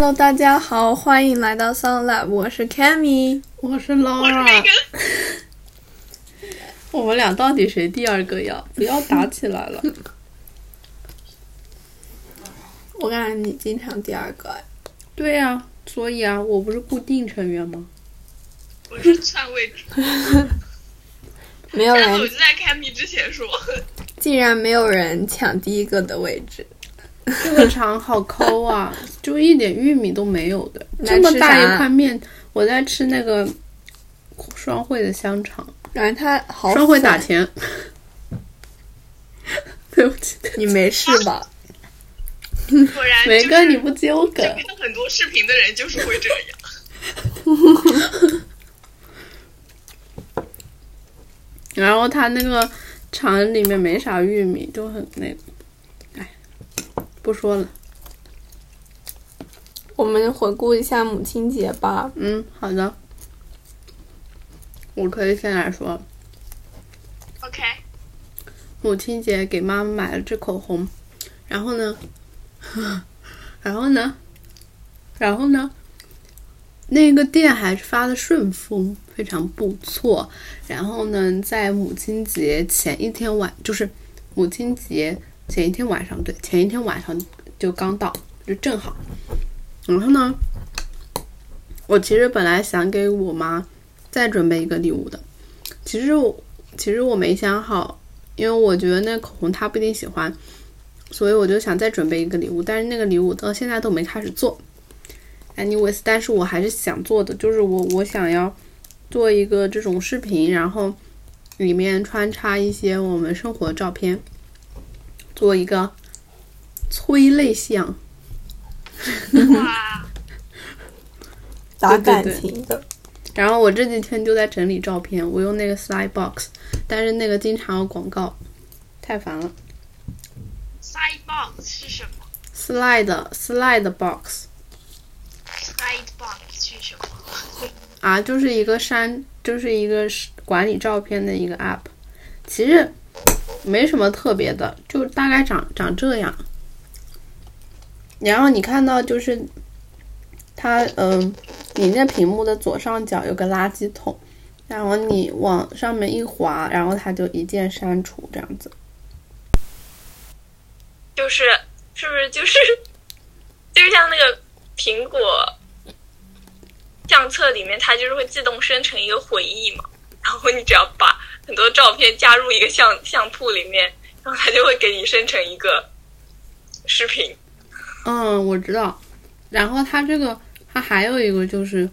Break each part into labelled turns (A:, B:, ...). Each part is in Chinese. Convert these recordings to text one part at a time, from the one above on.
A: Hello，大家好，欢迎来到 Sound Lab，我是 Cammy。
B: 我是
C: 我是那
B: Laura，
C: 个，
B: 啊我们俩到底谁第二个呀？不要打起来了。
A: 我感觉你经常第二个，
B: 对呀、所以啊，我不是固定成员吗？
C: 我是篡位。
A: 没有
C: 下次我
A: 人，
C: 就在开米之前说，
A: 竟然没有人抢第一个的位置。
B: 这个厂好抠啊， 就一点玉米都没有的，
A: 来
B: 这么
A: 吃
B: 大
A: 啥
B: 一块面，我在吃那个双汇的香肠，
A: 感觉他好
B: 双汇打
A: 粉
B: 钱。 对不起，
A: 你没事吧？
C: 果然
B: 梅
C: 哎就
B: 哥
C: 是
B: 你不接我梗，
C: 看很多视频的人就是会这样。
B: 然后它那个肠里面没啥玉米，就很那个，哎，不说了。
A: 我们回顾一下母亲节吧。
B: 嗯，好的。我可以先来说，
C: OK，
B: 母亲节给妈妈买了支口红，然后呢， 然后呢，然后呢，那个店还是发的顺丰，非常不错。然后呢，在母亲节前一天晚，就是母亲节前一天晚上，对，前一天晚上就刚到，就正好。然后呢，我其实本来想给我妈再准备一个礼物的，其实我其实我没想好，因为我觉得那口红她不一定喜欢，所以我就想再准备一个礼物，但是那个礼物到现在都没开始做。anyways，但是我还是想做的，就是我我想要做一个这种视频，然后里面穿插一些我们生活照片，做一个催泪像。
C: 哇，
A: 打
B: 对
A: 感
B: 对
A: 情的，
B: 然后我这几天就在整理照片，我用那个 Slide Box，但是那个经常有广告，太烦了。
C: side box 是什么
B: Slide Slide Box
C: ？side box 是什么？
B: 啊，就是一个删，就是一个是管理照片的一个 App，其实没什么特别的，就大概长长这样。然后你看到就是它，嗯、你那屏幕的左上角有个垃圾桶，然后你往上面一滑，然后它就一键删除这样子。
C: 就是是不是就是就是像那个苹果相册里面，它就是会自动生成一个回忆嘛，然后你只要把很多照片加入一个相相簿里面，然后它就会给你生成一个视频。
B: 嗯，我知道。然后它这个，它还有一个就是，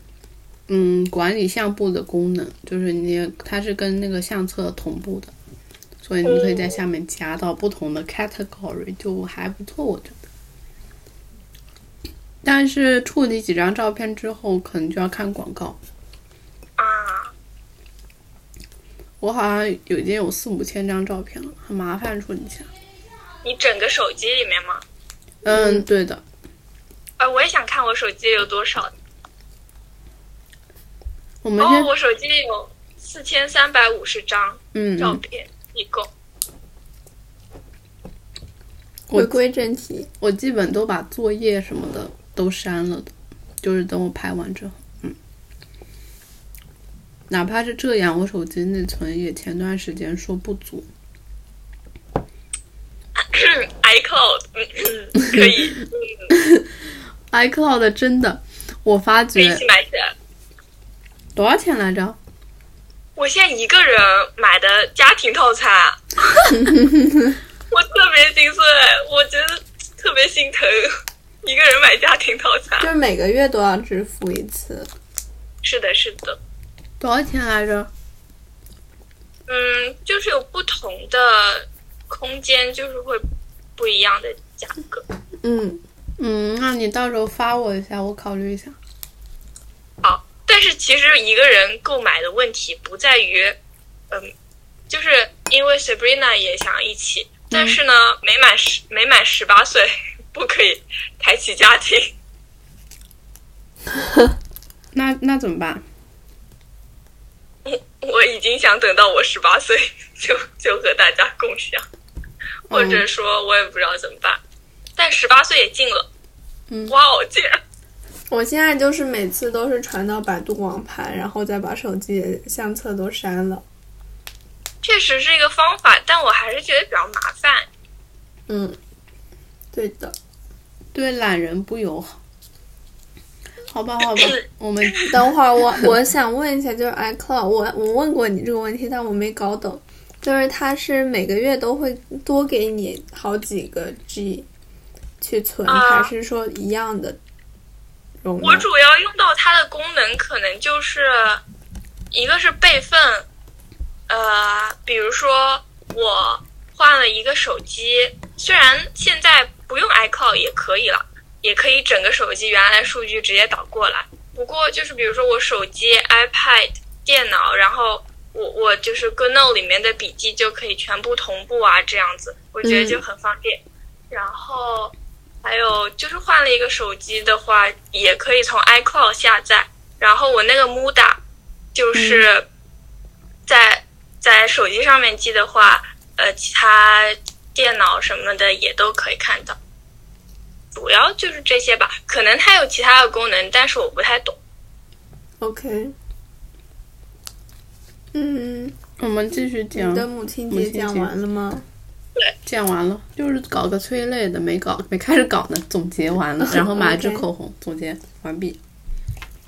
B: 嗯，管理相簿的功能，就是你它是跟那个相册同步的，所以你可以在下面加到不同的 category，就还不错，我觉得。但是处理几张照片之后，可能就要看广告。
C: 啊，
B: 我好像有已经有四五千张照片了，很麻烦处理一下。
C: 你整个手机里面吗？
B: 嗯，对的。
C: 呃，我也想看我手机有多少。
B: 我们
C: 哦
B: 先，，
C: 我手机里有四千三百五十张
B: 嗯，
C: 照
B: 嗯
C: 片，一共。
B: 我
A: 回归正题。
B: 我基本都把作业什么的都删了的，就是等我拍完之后，嗯，哪怕是这样，我手机内存也前段时间说不足，
C: iCloud，嗯嗯，可以，嗯，
B: iCloud 真的，我发
C: 可以一
B: 觉
C: 起买起来。
B: 多少钱来着？
C: 我现在一个人买的家庭套餐 啊，我特别心碎，我觉得特别心疼，一个人买家庭套餐
A: 就。是每个月都要支付一次，
C: 是的，是的，
B: 多少钱来着？
C: 嗯，就是有不同的空间，就是会不一样的价格。
A: 嗯，
B: 嗯，那你到时候发我一下，我考虑一下。
C: 好，哦但是其实一个人购买的问题不在于，嗯，就是因为 Sabrina 也想一起，但是呢，没满十没满十八岁不可以抬起家庭，
B: 那那怎么办？
C: 我已经想等到我十八岁就就和大家共享，或者说我也不知道怎么办，但十八岁也近了，
B: 嗯
C: 哇哦，竟然
A: 我现在就是每次都是传到百度网盘，然后再把手机也相册都删了。
C: 确实是一个方法，但我还是觉得比较麻烦。
A: 嗯，对的。
B: 对懒人不友好。好吧，好吧，我们
A: 等会儿我 我想问一下，就是 iCloud，我我问过你这个问题，但我没搞懂，就是它是每个月都会多给你好几个 G 去存，
C: 啊
A: 还是说一样的容
C: 我
A: 量？
C: 主要用到它的功能，可能就是一个是备份，呃，比如说我换了一个手机，虽然现在不用 iCloud 也可以了，也可以整个手机原来的数据直接导过来。不过就是比如说我手机、iPad、电脑，然后我我就是 GoodNote 里面的笔记就可以全部同步啊，这样子我觉得就很方便。然后还有就是换了一个手机的话，也可以从 iCloud 下载。然后我那个 Muda 就是在、在手机上面记的话，呃，其他电脑什么的也都可以看到。主要就是这些吧，可能它有其他的功能，但是我不太懂。
A: OK。嗯，
B: 我们继续
A: 你
B: 讲。
A: 的母亲
B: 母
A: 节
B: 亲节
A: 讲完了吗？
B: 讲完了，就是搞个催泪的，没搞，没开始搞呢。总结完了，然后买了支
A: OK
B: 口红，总结完毕。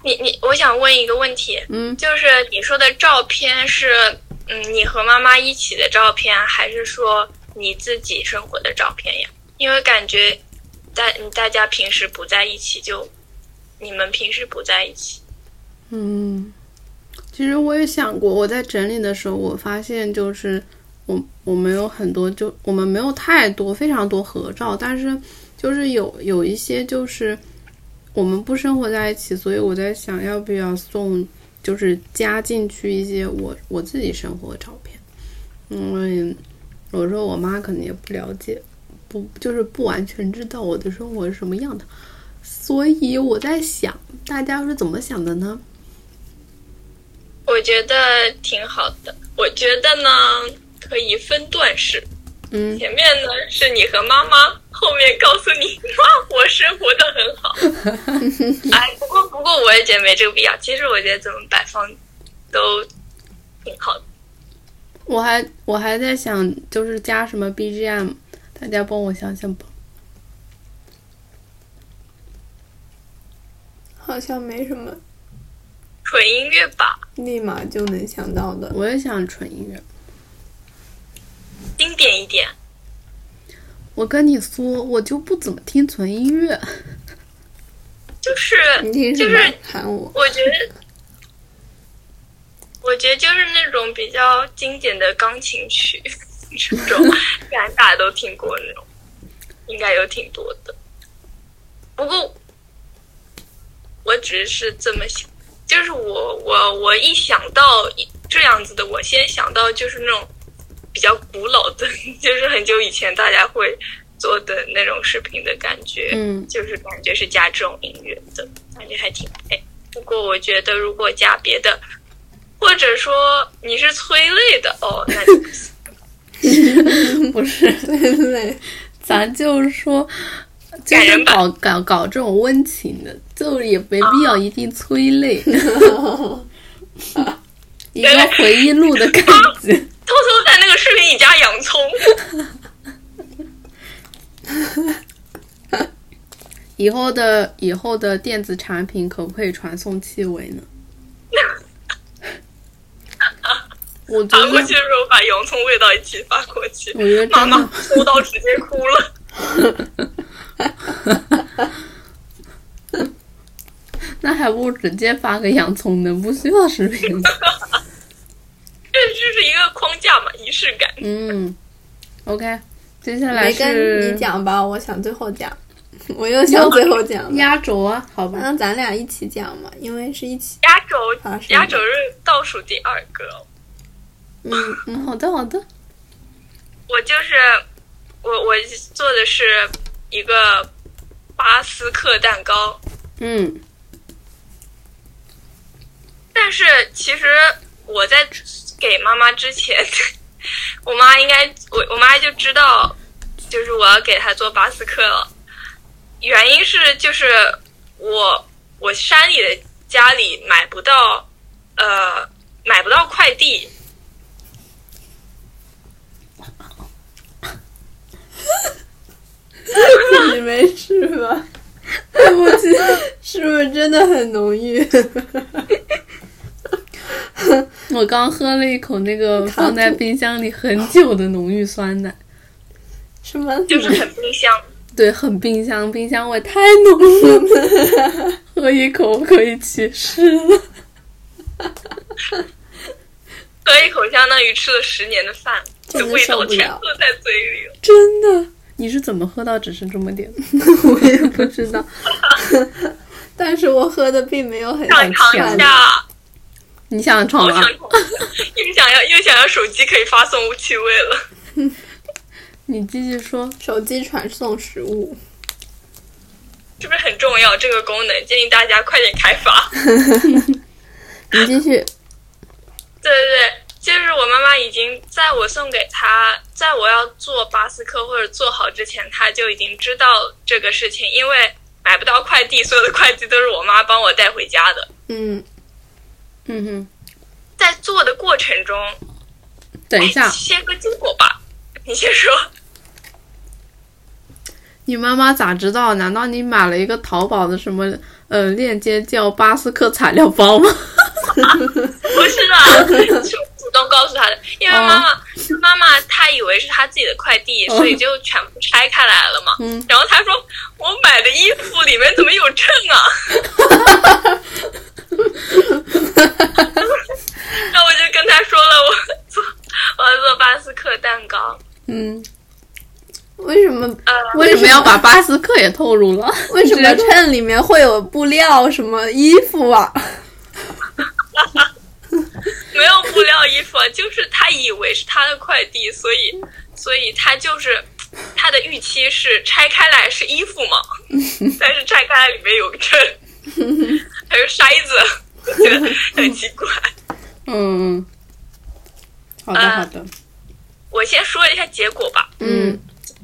C: 你你，我想问一个问题，
B: 嗯，
C: 就是你说的照片是，嗯，你和妈妈一起的照片，还是说你自己生活的照片呀？因为感觉大嗯大家平时不在一起就，你们平时不在一起，
B: 嗯，其实我也想过，我在整理的时候，我发现就是我我们有很多就我们没有太多非常多合照，但是就是有有一些就是我们不生活在一起，所以我在想要不要送，就是加进去一些我我自己生活的照片。嗯，有时候我妈可能也不了解，不就是不完全知道我的生活是什么样的，所以我在想大家是怎么想的呢？
C: 我觉得挺好的。我觉得呢，可以分段式，
B: 嗯，
C: 前面呢是你和妈妈，后面告诉你妈， 我生活的很 好。哎，不过不过我也觉得没这个必要。其实我觉得怎么摆放都挺好的。
B: 我还我还在想，就是加什么 BGM，大家帮我想想吧。
A: 好像没什么，
C: 纯音乐吧，
A: 立马就能想到的。
B: 我也想纯音乐。
C: 经典一点。
B: 我跟你说，我就不怎么听纯音乐。
C: 就是
A: 你听什
C: 就
A: 么
C: 是？
A: 喊我。
C: 我觉得，我觉得就是那种比较经典的钢琴曲，这种感觉大家都听过那种，应该有挺多的。不过，我只是这么想，就是我我我一想到这样子的，我先想到就是那种比较古老的， 就是很久以前大家会做的那种视频的感觉。
B: 嗯，
C: 就是感觉是加这种音乐的，感觉还挺配。不过我觉得如果加别的，或者说你是催泪的哦，那就不行
B: 不是，
A: 对对，
B: 咱就是说，就
C: 感
B: 是
C: 人吧
B: 搞搞搞这种温情的，就是也没必要一定催 泪，一个回忆录的感觉。
C: 偷偷在那个视频里加洋葱，
B: 以后的以后的电子产品可不可以传送气味呢？我觉
C: 发
B: 得
C: 过去的时候把洋葱味道一起发过去。
B: 我觉得
C: 妈
B: 真
C: 妈
B: 的，
C: 抽到直接哭了，
B: 那还不如直接发个洋葱呢，不需要视频。
C: 这这是一个框架嘛，仪式感。
B: 嗯，OK，接下来
A: 没跟
B: 是
A: 你讲吧，我想最后讲， 我又想最后讲了。
B: 压轴啊，好吧，
A: 那咱俩一起讲嘛，因为是一起。
C: 压轴
A: 啊，是
C: 压轴是倒数第二个哦。
A: 嗯，
B: 嗯，好的好的，
C: 我就是我我做的是一个巴斯克蛋糕，
B: 嗯
C: 但是其实我在给妈妈之前， 我妈应该我我妈就知道，就是我要给她做巴斯克了。原因是就是我我山里的家里买不到，呃，买不到快递，
A: 你没事吧？我记得 是不是真的很浓郁？
B: 我刚喝了一口那 个放在冰箱里很久的浓郁酸奶，
A: 什么？
C: 就是很冰 箱。
B: 对，很冰箱，冰箱味太浓了， 喝一口可以起尸了。
C: 喝一口相当于吃了十年的饭，
A: 真
C: 这
A: 的
C: 味
A: 受
C: 道
A: 不
C: 全
A: 了
C: 喝在嘴里了。
B: 真的，你是怎么喝到只剩这么点？
A: 我也不知道。但是我喝的并没有很
C: 想尝
A: 甜
C: 一下，
B: 你想
C: 我
B: 闯
C: 想
B: 啊？
C: 尝一下，又想要又想要手机可以发送气味了。
B: 你继续说。
A: 手机传送食物，
C: 是不是很重要这个功能？建议大家快点开发。
A: 你继续。
C: 对对对，就是我妈妈已经在我送给她，在我要做巴斯克或者做好之前，她就已经知道这个事情，因为买不到快递，所有的快递都是我妈帮我带回家的。
A: 嗯，
B: 嗯哼，
C: 在做的过程中，
B: 等一下
C: 哎，先说结果吧，你先说。
B: 你妈妈咋知道？难道你买了一个淘宝的什么呃链接叫巴斯克材料包吗？
C: 不是啦， 是我主动告诉他的，因为妈妈、妈妈她以为是她自己的快递，
B: 哦
C: 所以就全部拆开来了嘛。
B: 嗯
C: 然后她说：“我买的衣服里面怎么有秤 啊？”那我就跟她说了，我做我要做巴斯克蛋糕。
B: 嗯，
A: 为什么
C: 呃，
B: 为什么要把巴斯克也透露 了？
A: 为什么衬里面会有布料什么衣服啊？
C: 没有布料衣服，就是她以为是她的快递，所以所以她就是她的预期是拆开来是衣服嘛，但是拆开来里面有个针，还有筛子，我觉得很奇怪。
B: 嗯，好的
C: 呃
B: 好的，
C: 我先说一下结果吧，
A: 嗯，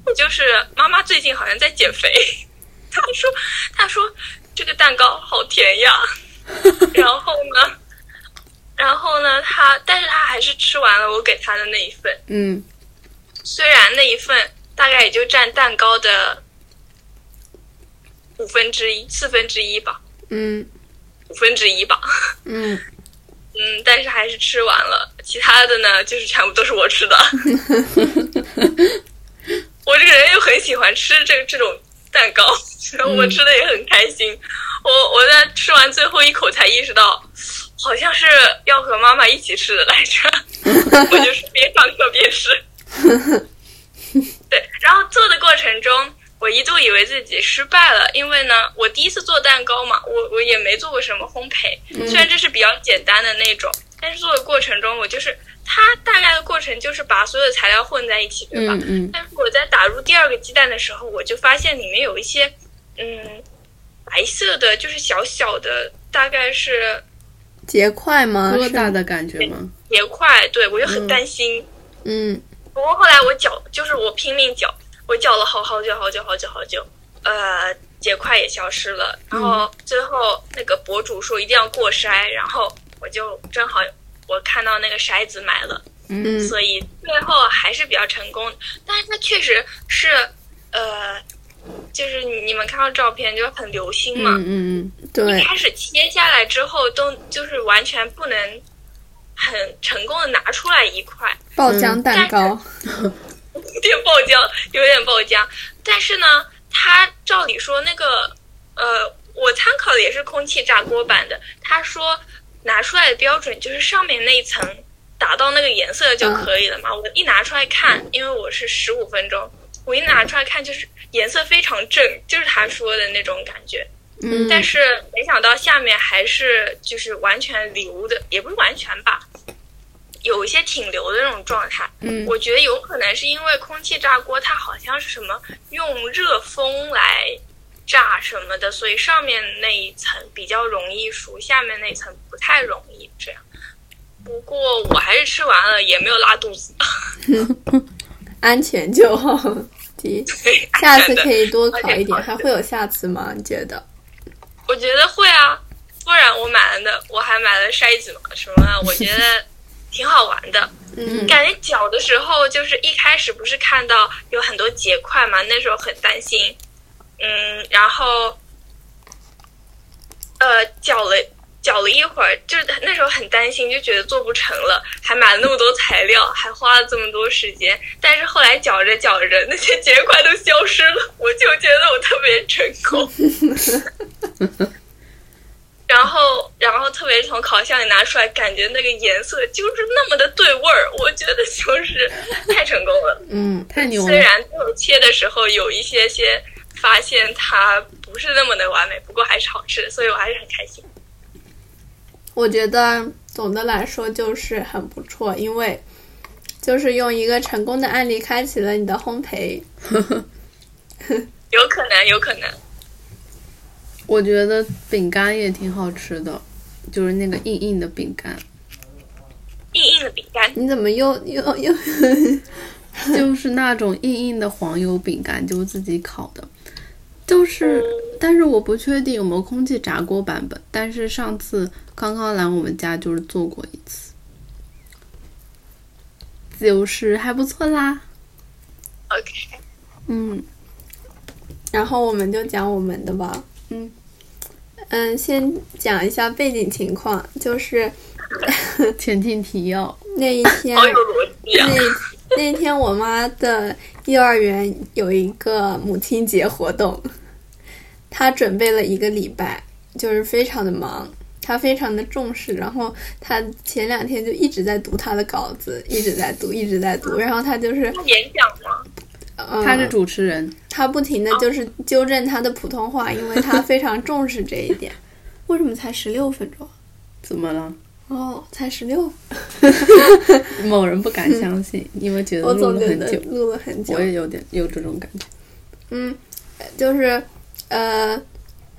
C: 我就是妈妈最近好像在减肥，她说她说这个蛋糕好甜呀，然后呢，然后呢，她但是她还是吃完了我给她的那一份。
B: 嗯
C: 虽然那一份大概也就占蛋糕的五分之一、四分之一吧，
A: 嗯
C: 五分之一吧，
A: 嗯，
C: 嗯，但是还是吃完了。其他的呢，就是全部都是我吃的。我这个人又很喜欢吃这这种蛋糕，然后我吃的也很开心。我我在吃完最后一口才意识到，好像是要和妈妈一起吃的来着。我就是边上课边吃。对，然后做的过程中，我一度以为自己失败了，因为呢，我第一次做蛋糕嘛，我我也没做过什么烘焙，虽然这是比较简单的那种，但是做的过程中，我就是它大概的过程就是把所有材料混在一起，对吧？
B: 嗯嗯
C: 但是我在打入第二个鸡蛋的时候，我就发现里面有一些，嗯，白色的，就是小小的，大概是
A: 结块吗？
B: 疙
A: 是
B: 瘩的感觉呃吗？
C: 结块，对我就很担心。
A: 嗯
C: 不过后来我搅，就是我拼命搅，我搅了好好久好久好久好久，呃，结块也消失了。然后最后那个博主说一定要过筛，然后我就正好我看到那个筛子买了，
A: 嗯
C: 所以最后还是比较成功的。但是它确实是，呃，就是你们看到照片就很流心嘛，
B: 嗯嗯
A: 对
C: 一，开始切下来之后都就是完全不能很成功的拿出来一块。
A: 爆浆蛋糕。
C: 有点爆浆，有点爆浆。但是呢，他照理说那个，呃，我参考的也是空气炸锅版的。他说拿出来的标准就是上面那一层达到那个颜色就可以了嘛。我一拿出来看，因为我是十五分钟，我一拿出来看就是颜色非常正，就是他说的那种感觉。
B: 嗯
C: 但是没想到下面还是就是完全流的，也不是完全吧，有一些挺流的那种状态。
B: 嗯
C: 我觉得有可能是因为空气炸锅它好像是什么用热风来炸什么的，所以上面那一层比较容易熟，下面那层不太容易这样。不过我还是吃完了，也没有拉肚子。
A: 安全就好。 第一，下次可以多烤一
C: 安全
A: 点，
C: 的
A: 还会有下次吗？你觉得？
C: 我觉得会啊，我买了的，我还买了筛子嘛，什么啊我觉得挺好玩的。
B: 嗯
C: 感觉搅的时候，就是一开始不是看到有很多结块嘛，那时候很担心。嗯，然后，呃，搅了搅了一会儿，就是那时候很担心，就觉得做不成了，还买了那么多材料，还花了这么多时间。但是后来搅着搅着，那些结块都消失了，我就觉得我特别成功。 然后，然后特别从烤箱里拿出来，感觉那个颜色就是那么的对味儿，我觉得就是太成功 了。
B: 嗯，太牛
C: 虽
B: 了，
C: 然最后切的时候有一些些发现它不是那么的完美，不过还是好吃的，所以我还是很开心。
A: 我觉得总的来说就是很不错，因为就是用一个成功的案例开启了你的烘焙。
C: 有可能，有可能，
B: 我觉得饼干也挺好吃的，就是那个硬硬的饼干，
C: 硬硬的饼干，
A: 你怎么又又又？
B: 就是那种硬硬的黄油饼干，就是自己烤的。就是，
A: 嗯
B: 但是我不确定有没有空气炸锅版本。但是上次康康来我们家就是做过一次，就是还不错啦。
C: OK，
B: 嗯，
A: 然后我们就讲我们的吧。
B: 嗯
A: 嗯，先讲一下背景情况，就是
B: 前情提要，
A: 那一天
C: 好有逻辑啊！
B: 嗯
A: 那那天我妈的幼儿园有一个母亲节活动，她准备了一个礼拜，就是非常的忙，她非常的重视。然后她前两天就一直在读她的稿子，一直在读，一直在读。然后她就是，
C: 演讲吗？
A: 嗯、
B: 他是主持人，
A: 他不停的就是纠正他的普通话，因为他非常重视这一点。 为什么才十六分钟？啊
B: 怎么了？
A: 哦，才十六，
B: 某人不敢相 信，因为觉得
A: 我
B: 录
A: 总
B: 了
A: 觉
B: 很
A: 得
B: 久，
A: 录了很久
B: 我。也有点有这种感觉。
A: 嗯，就是，呃，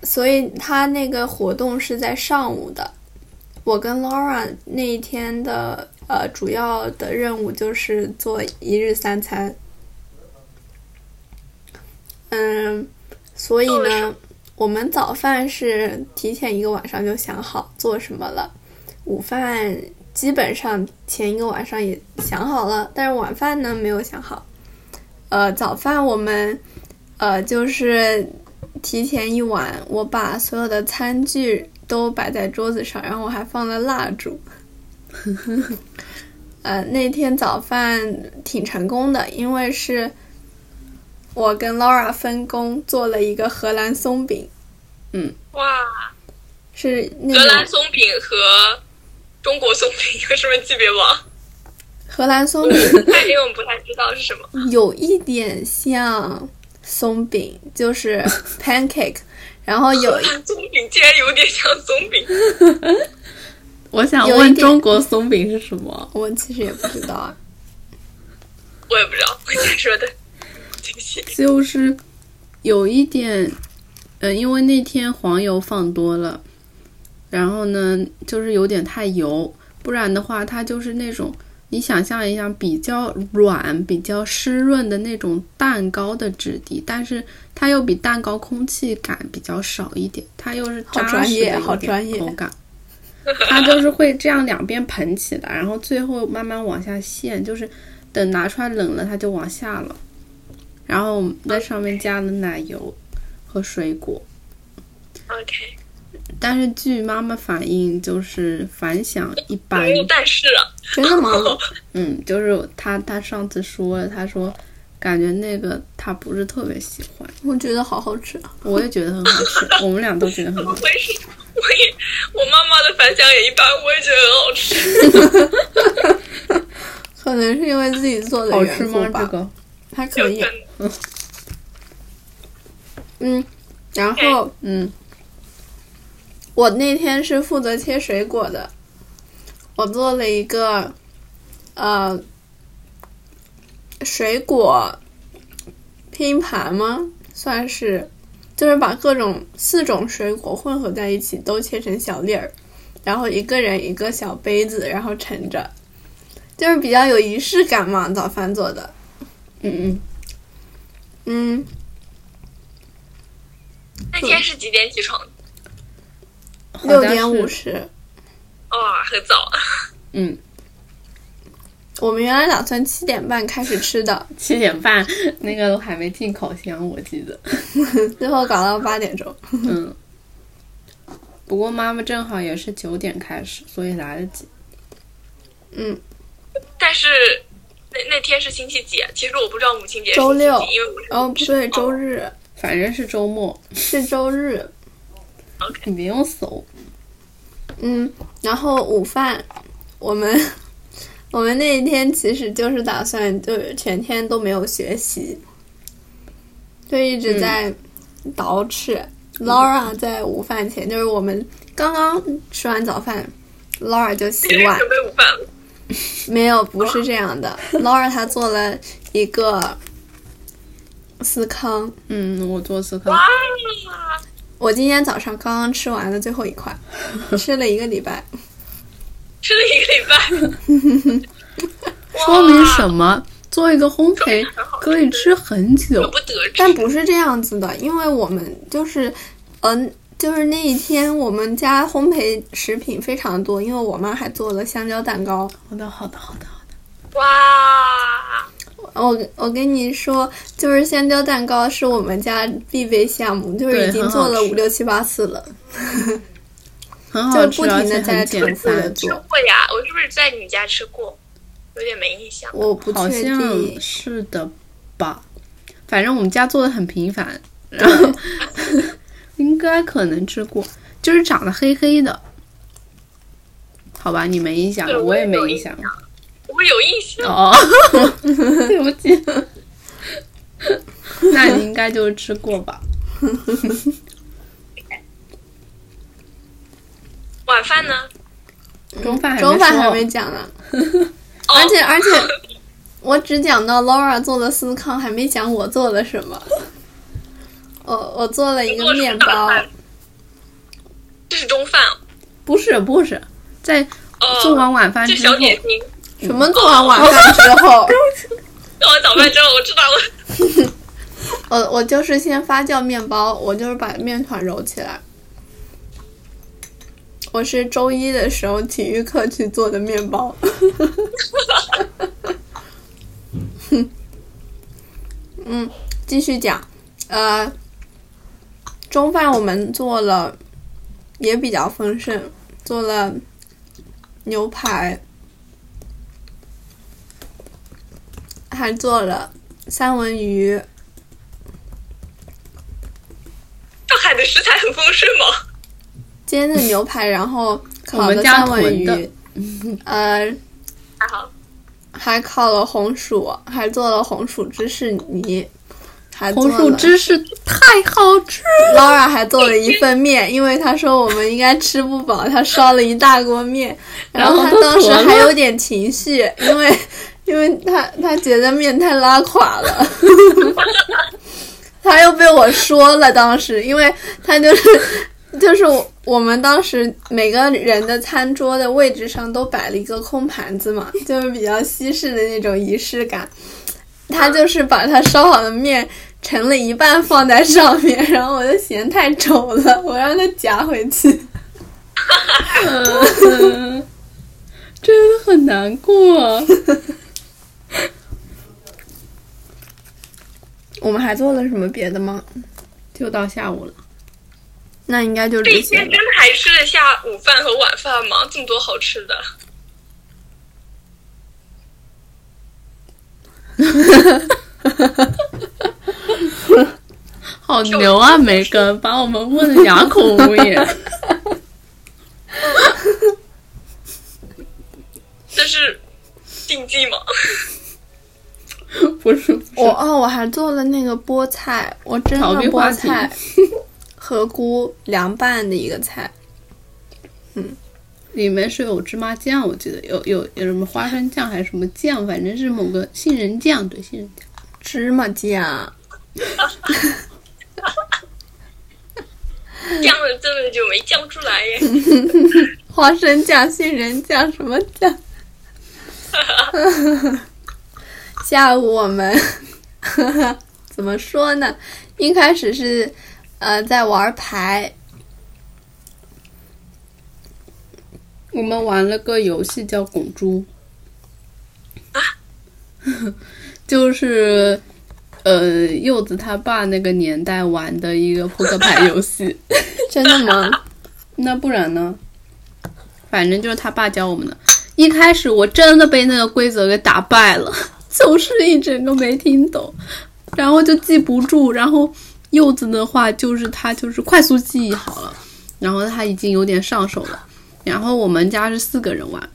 A: 所以他那个活动是在上午的。我跟 Laura 那一天的呃主要的任务就是做一日三餐。嗯，所以
C: 做了什
A: 呢，我们早饭是提前一个晚上就想好做什么了，午饭基本上前一个晚上也想好了，但是晚饭呢没有想好。呃，早饭我们呃就是提前一晚，我把所有的餐具都摆在桌子上，然后我还放了蜡烛。 呃，那天早饭挺成功的，因为是我跟 Laura 分工做了一个荷兰松饼，
C: 哇，
A: 是
B: 嗯
A: 那
C: 荷兰
A: 种
C: 松饼和中国松饼有什么区别吗？
A: 荷兰松饼
C: 因为我们不太知道是什么。
A: 有一点像松饼，就是 pancake，然后 有一
B: 嗯
C: 松饼竟然有点像松饼，
B: 我想
A: 有一
B: 问
A: 点
B: 中国松饼是什么？
A: 我其实也不知道啊，
C: 我也不知道，我瞎说的， 对不起。
B: 就是有一点，呃，因为那天黄油放多了，然后呢，就是有点太油，不然的话，它就是那种你想象一下，比较软、比较湿润的那种蛋糕的质地，但是它又比蛋糕空气感比较少一点，它又是
A: 好
B: 扎
A: 专
B: 实
A: 业
B: 的
A: 好
B: 有点
A: 专业
B: 口感。它就是会这样两边盆起来，然后最后慢慢往下陷，就是等拿出来冷了，它就往下了。然后我们在上面加了奶油和水果，
C: OK，
B: 但是据妈妈反映，就是反响一般
C: 没。有但是啊，
A: 真的吗？
B: 嗯，就是她她上次说了，她说感觉那个她不是特别喜欢，
A: 我觉得好好吃啊。
B: 我也觉得很好吃，我们俩都觉得很好
C: 怎么。回事？我也我妈妈的反响也一般，我也觉得很好吃。
A: 可能是因为自己做的
B: 好
A: 缘
B: 吃
A: 故
B: 吗？
A: 吧，
B: 这个
A: 还可
C: 有
A: 以
C: 可。能
A: 嗯，然后
B: 嗯，
A: 我那天是负责切水果的，我做了一个呃水果拼盘吗？算是，就是把各种四种水果混合在一起，都切成小粒儿，然后一个人一个小杯子，然后盛着，就是比较有仪式感嘛。早饭做的，
B: 嗯嗯，
A: 嗯，
C: 那天是几点起床？
B: 好
A: 六
B: 像
A: 点
B: 是
A: 五十。
C: 哇，哦很早。
B: 嗯，
A: 我们原来打算七点半开始吃的，
B: 七点半那个都还没进烤箱，我记得。
A: 最后搞到八点钟。
B: 嗯，不过妈妈正好也是九点开始，所以来得及。
A: 嗯，
C: 但是那那天是星期几啊？其实我不知道母亲节是
A: 周
C: 星期
A: 六
C: 几，因为我是
A: 哦，不对，周日
B: 反正是周末，
A: 是周日。
B: 你别用搜。
A: 嗯，然后午饭，我们 我们那一天其实就是打算就是全天都没有学习，就一
C: 嗯
A: 直在捯饬。Laura 在午饭前，就是我们刚刚吃完早饭，Laura 就洗
C: 其实
A: 碗。
C: 准备午饭了。
A: 没有，不是这样 的。Laura 她做了一个司康，
B: 嗯，我做思考。
C: 哇，
A: 我今天早上刚刚吃完的最后一 块，吃了一个礼拜。
C: 吃了一个礼拜，
B: 说明
C: 哇
B: 什么？做一个烘
C: 说明
B: 焙
C: 很好
B: 可以吃很久
C: 可，不得志
A: 但。不是这样子的，因为我们就是，嗯、就是那一天我们家烘焙食品非常多，因为我妈还做了香蕉蛋糕。
B: 好的，好的，好的，好的。
C: 哇，
A: 我我跟你说，就是香蕉蛋糕是我们家必备项目，就是
B: 对
A: 已经
B: 很好
A: 做了
B: 吃
A: 五六七八次了，
B: 很好
A: 就
B: 吃，
A: 不
B: 而
A: 停
B: 且
A: 的在
B: 很
A: 重
B: 简
A: 复的
B: 单。
A: 做。
C: 会呀，我是不是在你家吃过？有点没印象。
A: 我不
B: 好
A: 确定
B: 像，是的吧，反正我们家做的很频繁，然后 应该可能吃过，就是长得黑黑的，好吧，你没印象
C: 对，
B: 我也没
C: 我也有
B: 印象
C: 我有印象，
B: 哦， 对不起， 那你应该就是吃过吧？
C: 晚饭呢？
B: 中饭
A: 嗯
B: 还没
A: 中饭还
B: 说
A: 没讲呢。
C: 哦
A: 而且而且，我只讲到 Laura 做的司康，还没讲我做了什么。我我做了一个面包，
C: 这是中饭
B: 不是不是，在
C: 哦，
B: 做完晚饭
C: 这
B: 之
C: 小
B: 后，
C: 点心。
A: 什么做完晚饭之后，
C: 做完早饭之后，我知道了。
A: 我呃我就是先发酵面包，我就是把面团揉起来。我是周一的时候体育课去做的面包。嗯，继续讲，呃，中饭我们做了，也比较丰盛，做了牛排，还做了三文鱼。
C: 上海的食材很丰盛吗？
A: 煎的牛排，然后 烤
B: 我们
A: 的
B: 家
A: 三文
B: 囤的
A: 鱼， 呃，
C: 还好，
A: 还烤了红薯，还做了红薯芝士泥，还做
B: 红
A: 了
B: 薯芝士太好吃 了。
A: Laura 还做了一份面，因为她说我们应该吃不饱，她烧了一大锅面，然后她
B: 然后都
A: 当时
B: 坨了
A: 还有点情绪，因为因为她她觉得面太拉垮了。她又被我说了，当时，因为她就是就是我我们当时每个人的餐桌的位置上都摆了一个空盘子嘛，就是比较西式的那种仪式感。她就是把她烧好的面盛了一半放在上面， 然后我就嫌太丑了，我让它夹回去。
B: 嗯， 真的很难过。
A: 我们还做了什么别的吗？
B: 就到下午了，
A: 那应该就
C: 这
A: 这
C: 一
A: 些
C: 天
A: 了
C: 真。的还吃得下午饭和晚饭吗？这么多好吃的，
B: 好牛啊，梅根，把我们问的哑口无 言。
C: 这是禁忌吗？
B: 不是，不
A: 我
B: 是，
A: 哦，我还做了那个菠菜，我蒸
B: 逃
A: 了
B: 避话
A: 菠
B: 题
A: 菜 和菇凉拌的一个菜。
B: 里面是有芝麻酱，我记得有有有什么花生酱还是什么酱，反正是某个杏仁酱，对，杏仁酱。
A: 芝麻酱，
C: 酱了这么久没酱出来 耶！
A: 花生酱、杏仁酱什么酱？下午我们 怎么说呢？一开始是呃在玩牌，
B: 我们玩了个游戏叫拱猪，啊 就是呃柚子他爸那个年代玩的一个扑克牌游戏。
A: 真的吗？
B: 那不然呢？反正就是他爸教我们的。一开始我真的被那个规则给打败了， 就是一整个没听懂，然后就记不住。然后柚子的话就是他就是快速记忆好了，然后他已经有点上手了。然后我们家是四个人玩，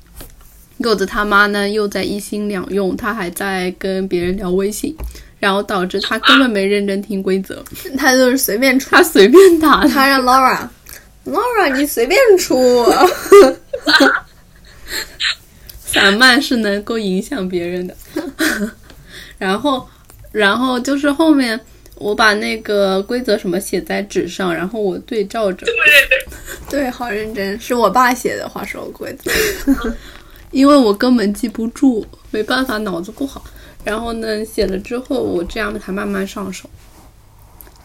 B: 柚子他妈呢又在一心两用，他还在跟别人聊微信，然后导致他根本没认真听规则，
A: 他就是随便出，
B: 他随便打的。
A: 他让 Laura，Laura 你随便出，
B: 散漫是能够影响别人的。 然后，然后就是后面我把那个规则什么写在纸上，然后我对照着，
C: 这么认真，
A: 对，好认真，是我爸写的话说规则，
B: 因为我根本记不住，没办法，脑子不好。然后呢，写了之后，我这样才慢慢上手。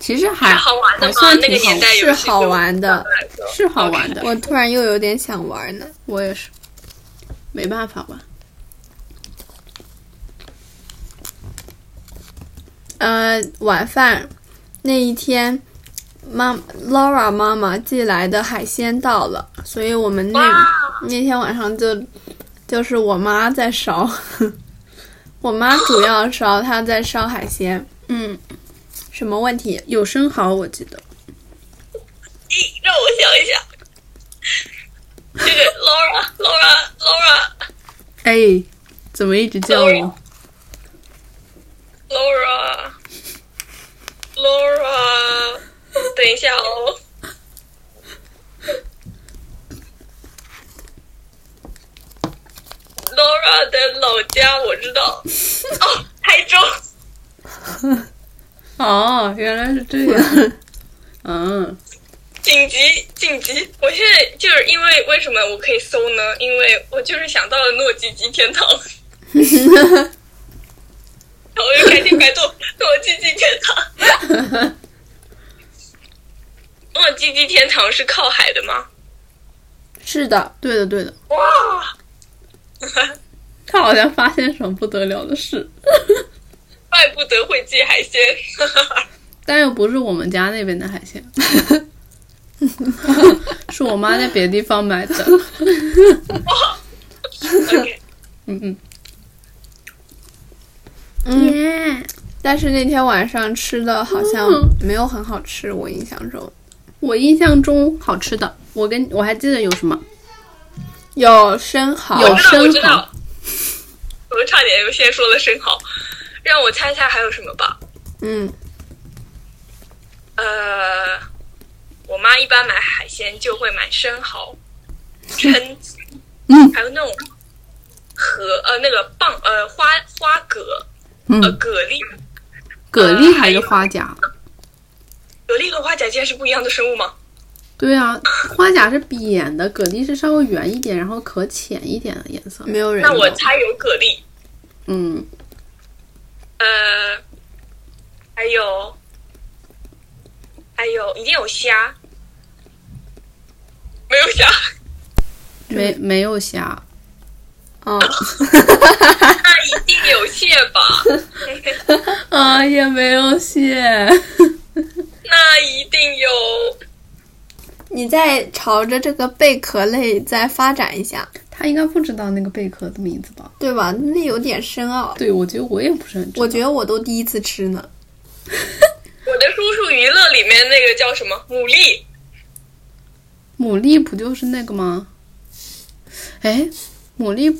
B: 其实还
C: 是好玩的
A: 哎
B: 还
C: 吗
B: 算？
C: 那
B: 挺
C: 个年代
A: 是好玩的，
C: 的
B: 是好玩的。
A: 我突然又有点想玩呢。
B: 我也是，没办法吧？
A: 呃，晚饭那一天，妈 Laura 妈妈寄来的海鲜到了，所以我们那
C: 哇
A: 那天晚上就就是我妈在烧， 我妈主要烧，她在烧海鲜，
B: 嗯，
A: 什么问题？
B: 有生蚝我记得，
C: 咦，让我想一想，这个 Laura Laura Laura
B: 哎，怎么一直叫我？
C: Laura Laura，等一下哦。Laura 的老家我知道，哦，台州。
B: 哦，原来是这 样。嗯，
C: 紧急，紧急！我现在就是因为为什么我可以搜呢？因为我就是想到了诺基基天堂，然后我就赶紧百度诺基基天堂。 诺基基天堂是靠海的吗？
A: 是的，
B: 对的，对的。
C: 哇，
B: 他好像发现什么不得了的事，
C: 怪不得会寄海鲜。
B: 但又不是我们家那边的海鲜， 是我妈在别的地方买的。
C: 哇，OK，
B: 嗯嗯，
A: 嗯，
B: 耶！
A: 但是那天晚上吃的好像
B: 嗯
A: 没有很好吃，我印象中
B: 我印象中好吃的，我跟我还记得有什么？
A: 有生蚝，
B: 有
C: 我知道，我
B: 生
C: 知
B: 蚝
C: 道，我差点又先说了生蚝，让我猜猜还有什么吧。
A: 嗯，
C: 呃，我妈一般买海鲜就会买生蚝、蛏，
B: 嗯
C: 还有那种河呃那个蚌呃花花蛤
B: 嗯，
C: 呃蛤蜊，
B: 蛤蜊还是花甲？
C: 蛤蜊和花甲竟然是不一样的生物吗？
B: 对啊，花甲是扁的，蛤蜊是稍微圆一点，然后壳浅一点的颜色。
A: 没有人
C: 那我
A: 有
C: 猜有蛤蜊，
B: 嗯，
C: 呃，还有还有一定有虾，没有虾，
B: 没没有虾，
A: 嗯，
C: 那一定有蟹 吧？
B: 啊，也没有蟹。
C: 那一定有
A: 你再朝着这个贝壳类再发展一下，
B: 他应该不知道那个贝壳的名字吧？
A: 对吧？那有点深奥，
B: 对，我觉得我也不是很知道。
A: 我觉得我都第一次吃呢。
C: 我的叔叔娱乐里面那个叫什么牡蛎。
B: 牡蛎不就是那个吗？哎，牡蛎，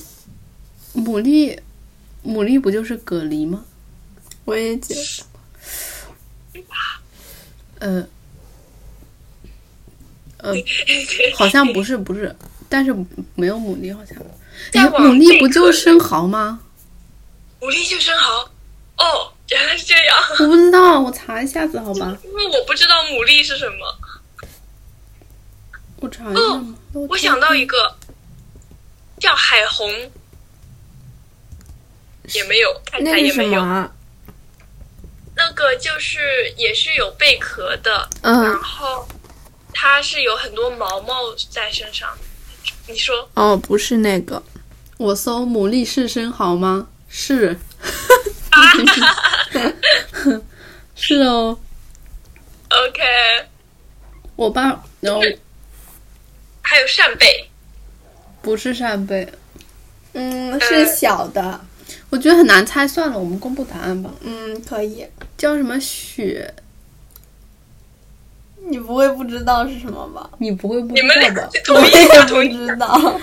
B: 牡蛎，牡蛎不就是蛤蜊吗？
A: 我也觉得，
B: 呃，呃，好像不是，不是，但是没有牡蛎，好像。哎，
C: 再往
B: 牡蛎不就是
C: 贝
B: 生蚝 吗？
C: 牡蛎就生蚝。哦，原来是这样，
B: 我不知道，我查一下子好吧？
C: 因为我不知道牡蛎是什么。
B: 哦我查一下嘛。
C: 我想到一个叫海虹，也没有，看起
A: 那
C: 来
A: 是
C: 也
A: 什
C: 没
A: 么
C: 有。
A: 啊？
C: 那个就是也是有贝壳的，
A: 嗯
C: 然后它是有很多毛毛在身上。你说
B: 哦，不是那个，我搜牡蛎是生蚝吗？ 是，是哦。
C: ，OK，
B: 我爸哦，
C: 还有扇贝，
B: 不是扇贝，
A: 嗯，是小的，
B: 我觉得很难猜，算了，我们公布答案吧。
A: 嗯，可以。
B: 叫什么雪？
A: 你不会不知道是什么吧？
B: 你不会不
C: 你
B: 知
C: 们
B: 道
C: 俩
B: 吧？
C: 是
A: 我
C: 同一
A: 也
C: 个
A: 不知道。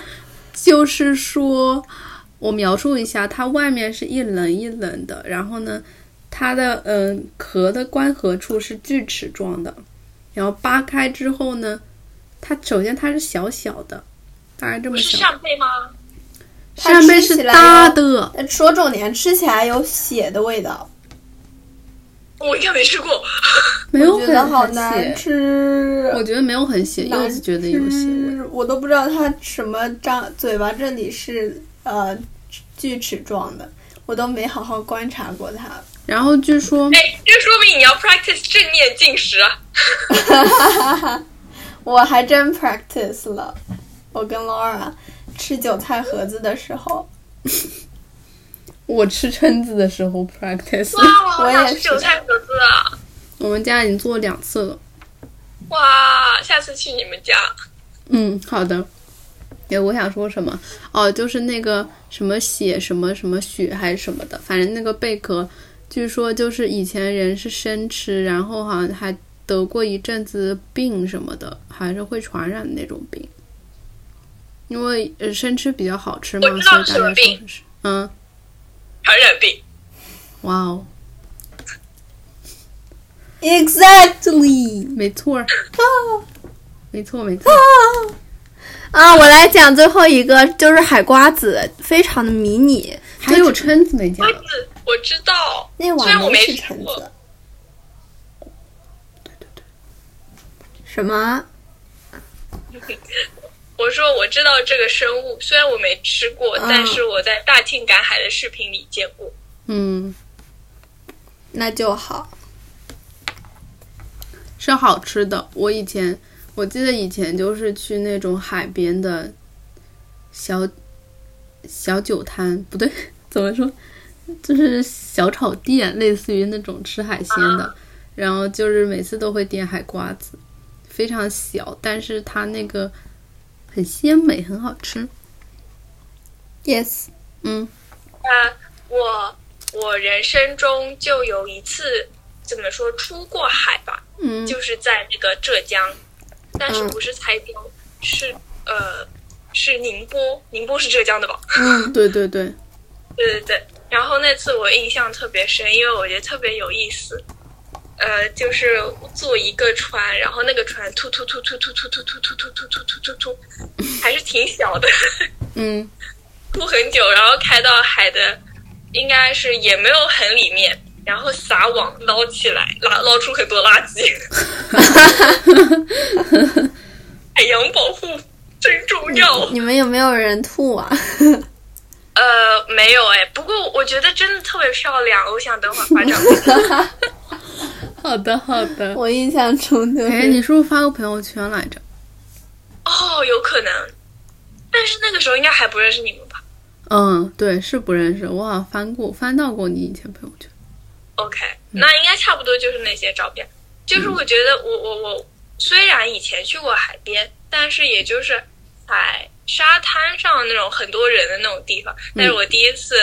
B: 就是说，我描述一下，它外面是一棱一棱的，然后呢，它的嗯、壳的关合处是锯齿状的，然后扒开之后呢，它首先它是小小的，大概这么
C: 不是
B: 小，
C: 扇贝吗？
A: 它
B: 扇贝
A: 吃
B: 是
A: 起来
B: 大的，
A: 说重点，吃起来有血的味道，
C: 我应该没吃过。
B: 没有
A: 我觉
B: 很
A: 得好
B: 很
A: 难
B: 血，
A: 吃。
B: 我觉得没有很血，
A: 难
B: 柚子觉得有血味，
A: 吃我都不知道它什么张嘴巴这里是呃锯齿状的，我都没好好观察过它。
B: 然后据说
C: 哎，这说明你要 practice 正念进食啊。
A: 我还真 practice 了，我跟 Laura 吃韭菜盒子的时候，
B: 我吃蛏子的时候 practice，
C: 哇，
A: 嗯我
C: 我
A: 也
C: 想吃
A: 是
C: 韭菜盒子啊！
B: 我们家已经做了两次了。
C: 哇，下次去你们家。
B: 嗯，好的。哎，我想说什么？哦，就是那个什么血什么什么血还是什么的，反正那个贝壳，据说就是以前人是生吃，然后好像还得过一阵子病什么的，还是会传染的那种病。因为呃生吃比较好吃嘛，
C: 我
B: 所
C: 知
B: 以
C: 道
B: 大
C: 是
B: 家
C: 什么
B: 说
C: 病
B: 是嗯，
C: 传染病，
B: 哇哦，
A: Exactly
B: 没错儿，没错 没错。
A: 啊！我来讲最后一个，就是海瓜子，非常的迷你。
B: 还有蛏子没讲
C: 瓜，子我知道，
A: 嗯那
C: 虽然
A: 碗
C: 我
A: 没
C: 没
A: 是
C: 吃
A: 橙
C: 过
A: 子。什么？
C: 我说我知道这个生物，虽然我没吃过，
A: 嗯
C: 但是我在大庆赶海的视频里见过。
B: 嗯，
A: 那就好。
B: 是好吃的。我以前我记得以前就是去那种海边的小小酒摊，不对， 怎么说？就是小炒店，类似于那种吃海鲜的。然后就是每次都会点海瓜子，非常小，但是它那个很鲜美，很好吃。
A: Yes，
B: 嗯，
C: 呃，我我人生中就有一次怎么说出过海吧，
B: 嗯
C: 就是在那个浙江，但是
A: 嗯
C: 不是台州，是呃是宁波，宁波是浙江的吧？
B: 对对对，
C: 对对对。然后那次我印象特别深，因为我觉得特别有意思。呃，就是坐一个船，然后那个船突突突突突突突突突突突突突突突，还是挺小的，
B: 嗯
C: 突很久，然后开到海的，应该是也没有很里面，然后撒网捞起来，拉捞出很多垃圾。海洋保护真重要。
A: 你们有没有人吐 啊？
C: 呃，没有哎，不过我觉得真的特别漂亮，我想等会儿发照片。
B: 好的好的。
A: 我印象中就
B: 哎，
A: 是
B: 你是不是发个朋友圈来着？
C: 哦，有可能，但是那个时候应该还不认识你们吧
B: 嗯，对，是不认识，我好像翻过翻到过你以前朋友圈。
C: ？OK，那应该差不多就是那些照片。就是我觉得我我我虽然以前去过海边，但是也就是海沙滩上那种很多人的那种地方，但是我第一次。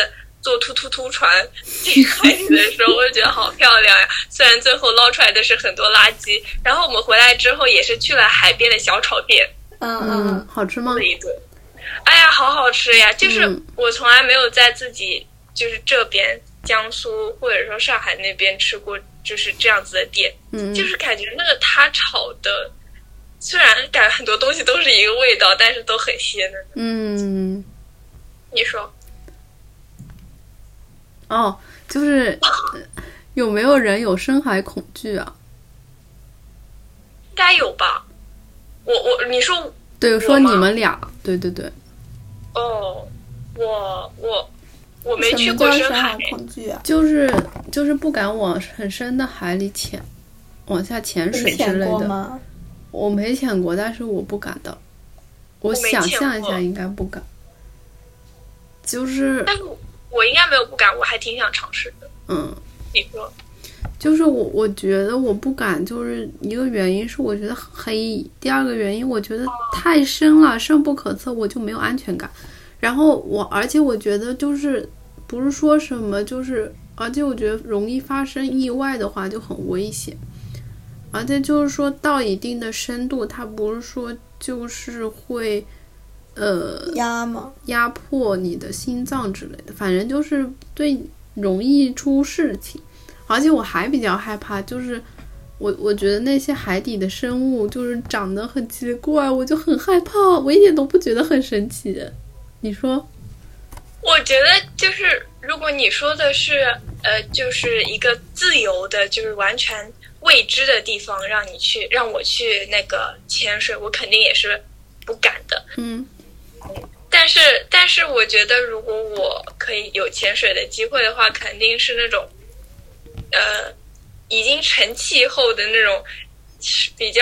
C: 坐突突突船进海里的时候，我就觉得好漂亮呀！虽然最后捞出来的是很多垃圾，然后我们回来之后也是去了海边的小炒店，
A: 嗯
B: 嗯
A: 嗯，
B: 好吃吗
C: 了？一顿。哎呀，好好吃呀！就是
B: 嗯
C: 我从来没有在自己就是这边江苏或者说上海那边吃过就是这样子的店，
B: 嗯，
C: 就是感觉那个他炒的，虽然感觉很多东西都是一个味道，但是都很鲜嫩。
B: 嗯，
C: 你说
B: 哦，就是呃有没有人有深海恐惧啊？
C: 应该有吧？我我你说
B: 对，说
C: 我
B: 你
C: 吗
B: 们俩，对对对，
C: 哦，我我我没去
A: 什么
C: 过
A: 叫
C: 深
A: 深
C: 海
A: 海，恐惧啊？
B: 就是就是不敢往很深的海里潜，往下潜
A: 你
B: 水之
A: 舔
B: 类
A: 过
B: 的。
A: 吗？
B: 我没潜过，但是我不敢的。我
C: 没
B: 想
C: 见
B: 象一
C: 过
B: 下应该不敢，就是
C: 但是我我应该没有不敢，我还挺想尝试的。
B: 嗯，
C: 你说，
B: 就是我我觉得我不敢，就是一个原因是我觉得很黑，第二个原因我觉得太深了，深不可测，我就没有安全感。然后我而且我觉得就是不是说什么就是，而且我觉得容易发生意外的话就很危险。而且就是说到一定的深度，它不是说就是会，呃，
A: 压吗？
B: 压迫你的心脏之类的，反正就是对容易出事情。而且我还比较害怕，就是我我觉得那些海底的生物就是长得很奇怪，我就很害怕，我一点都不觉得很神奇。你说，
C: 我觉得就是如果你说的是呃，就是一个自由的，就是完全未知的地方，让你去让我去那个潜水，我肯定也是不敢的。
B: 嗯
C: 但是，但是我觉得，如果我可以有潜水的机会的话，肯定是那种，呃，已经成气候的那种，比较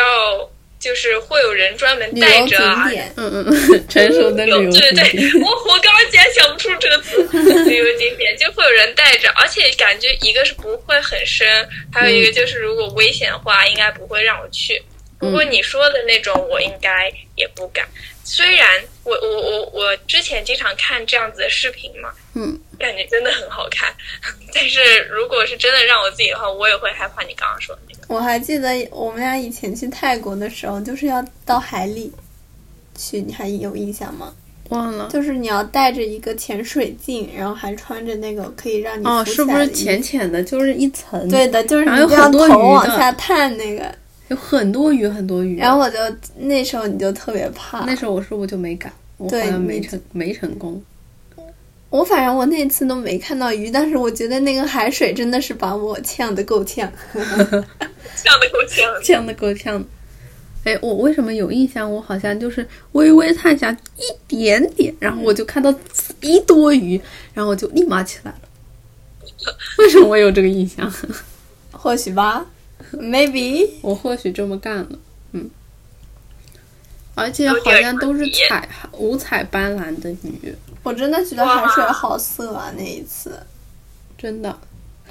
C: 就是会有人专门
A: 旅
C: 带
A: 游
C: 着啊
A: 景，点，
B: 嗯 嗯，成熟的旅游
C: 对
B: 景点，
C: 对，我我刚刚竟然想不出这个词， 旅游景点就会有人带着，而且感觉一个是不会很深，还有
B: 嗯
C: 一个就是如果危险的话，应该不会让我去。如
B: 嗯
C: 果你说的那种，我应该也不敢。虽然我我我我之前经常看这样子的视频嘛，
B: 嗯，
C: 感觉真的很好看， 但是如果是真的让我自己的话，我也会害怕你刚刚说的那个。
A: 我还记得我们俩以前去泰国的时候，就是要到海里去，你还有印象吗？
B: 忘了
A: 就是你要带着一个潜水镜，然后还穿着那个可以让你
B: 哦，
A: 浮
B: 是不
A: 起来的
B: 是
A: 衣服
B: 浅浅的，就是一层，
A: 对，的，就是你
B: 然后有
A: 这样
B: 很多
A: 头
B: 鱼
A: 往
B: 的
A: 下探那个，
B: 有很多鱼，很多鱼。
A: 然后我就那时候你就特别怕。
B: 那时候我是不是就没敢，我好
A: 对
B: 像没
A: 你
B: 成没成功。
A: 我反正我那次都没看到鱼，但是我觉得那个海水真的是把我呛得够呛。
C: 这样的够呛了，
B: 呛的够呛的。哎，我为什么有印象？我好像就是微微探下一点点，然后我就看到一多余，然后我就立马起来了。为什么我有这个印象？
A: 或许吧，maybe。
B: 我或许这么干了，嗯。而且
C: 有
B: 好
C: 点儿
B: 像都是
C: 可疑
B: 彩五彩斑斓的鱼，
A: 我真的觉得
C: 哇
A: 海水好涩啊，那一次
B: 真的。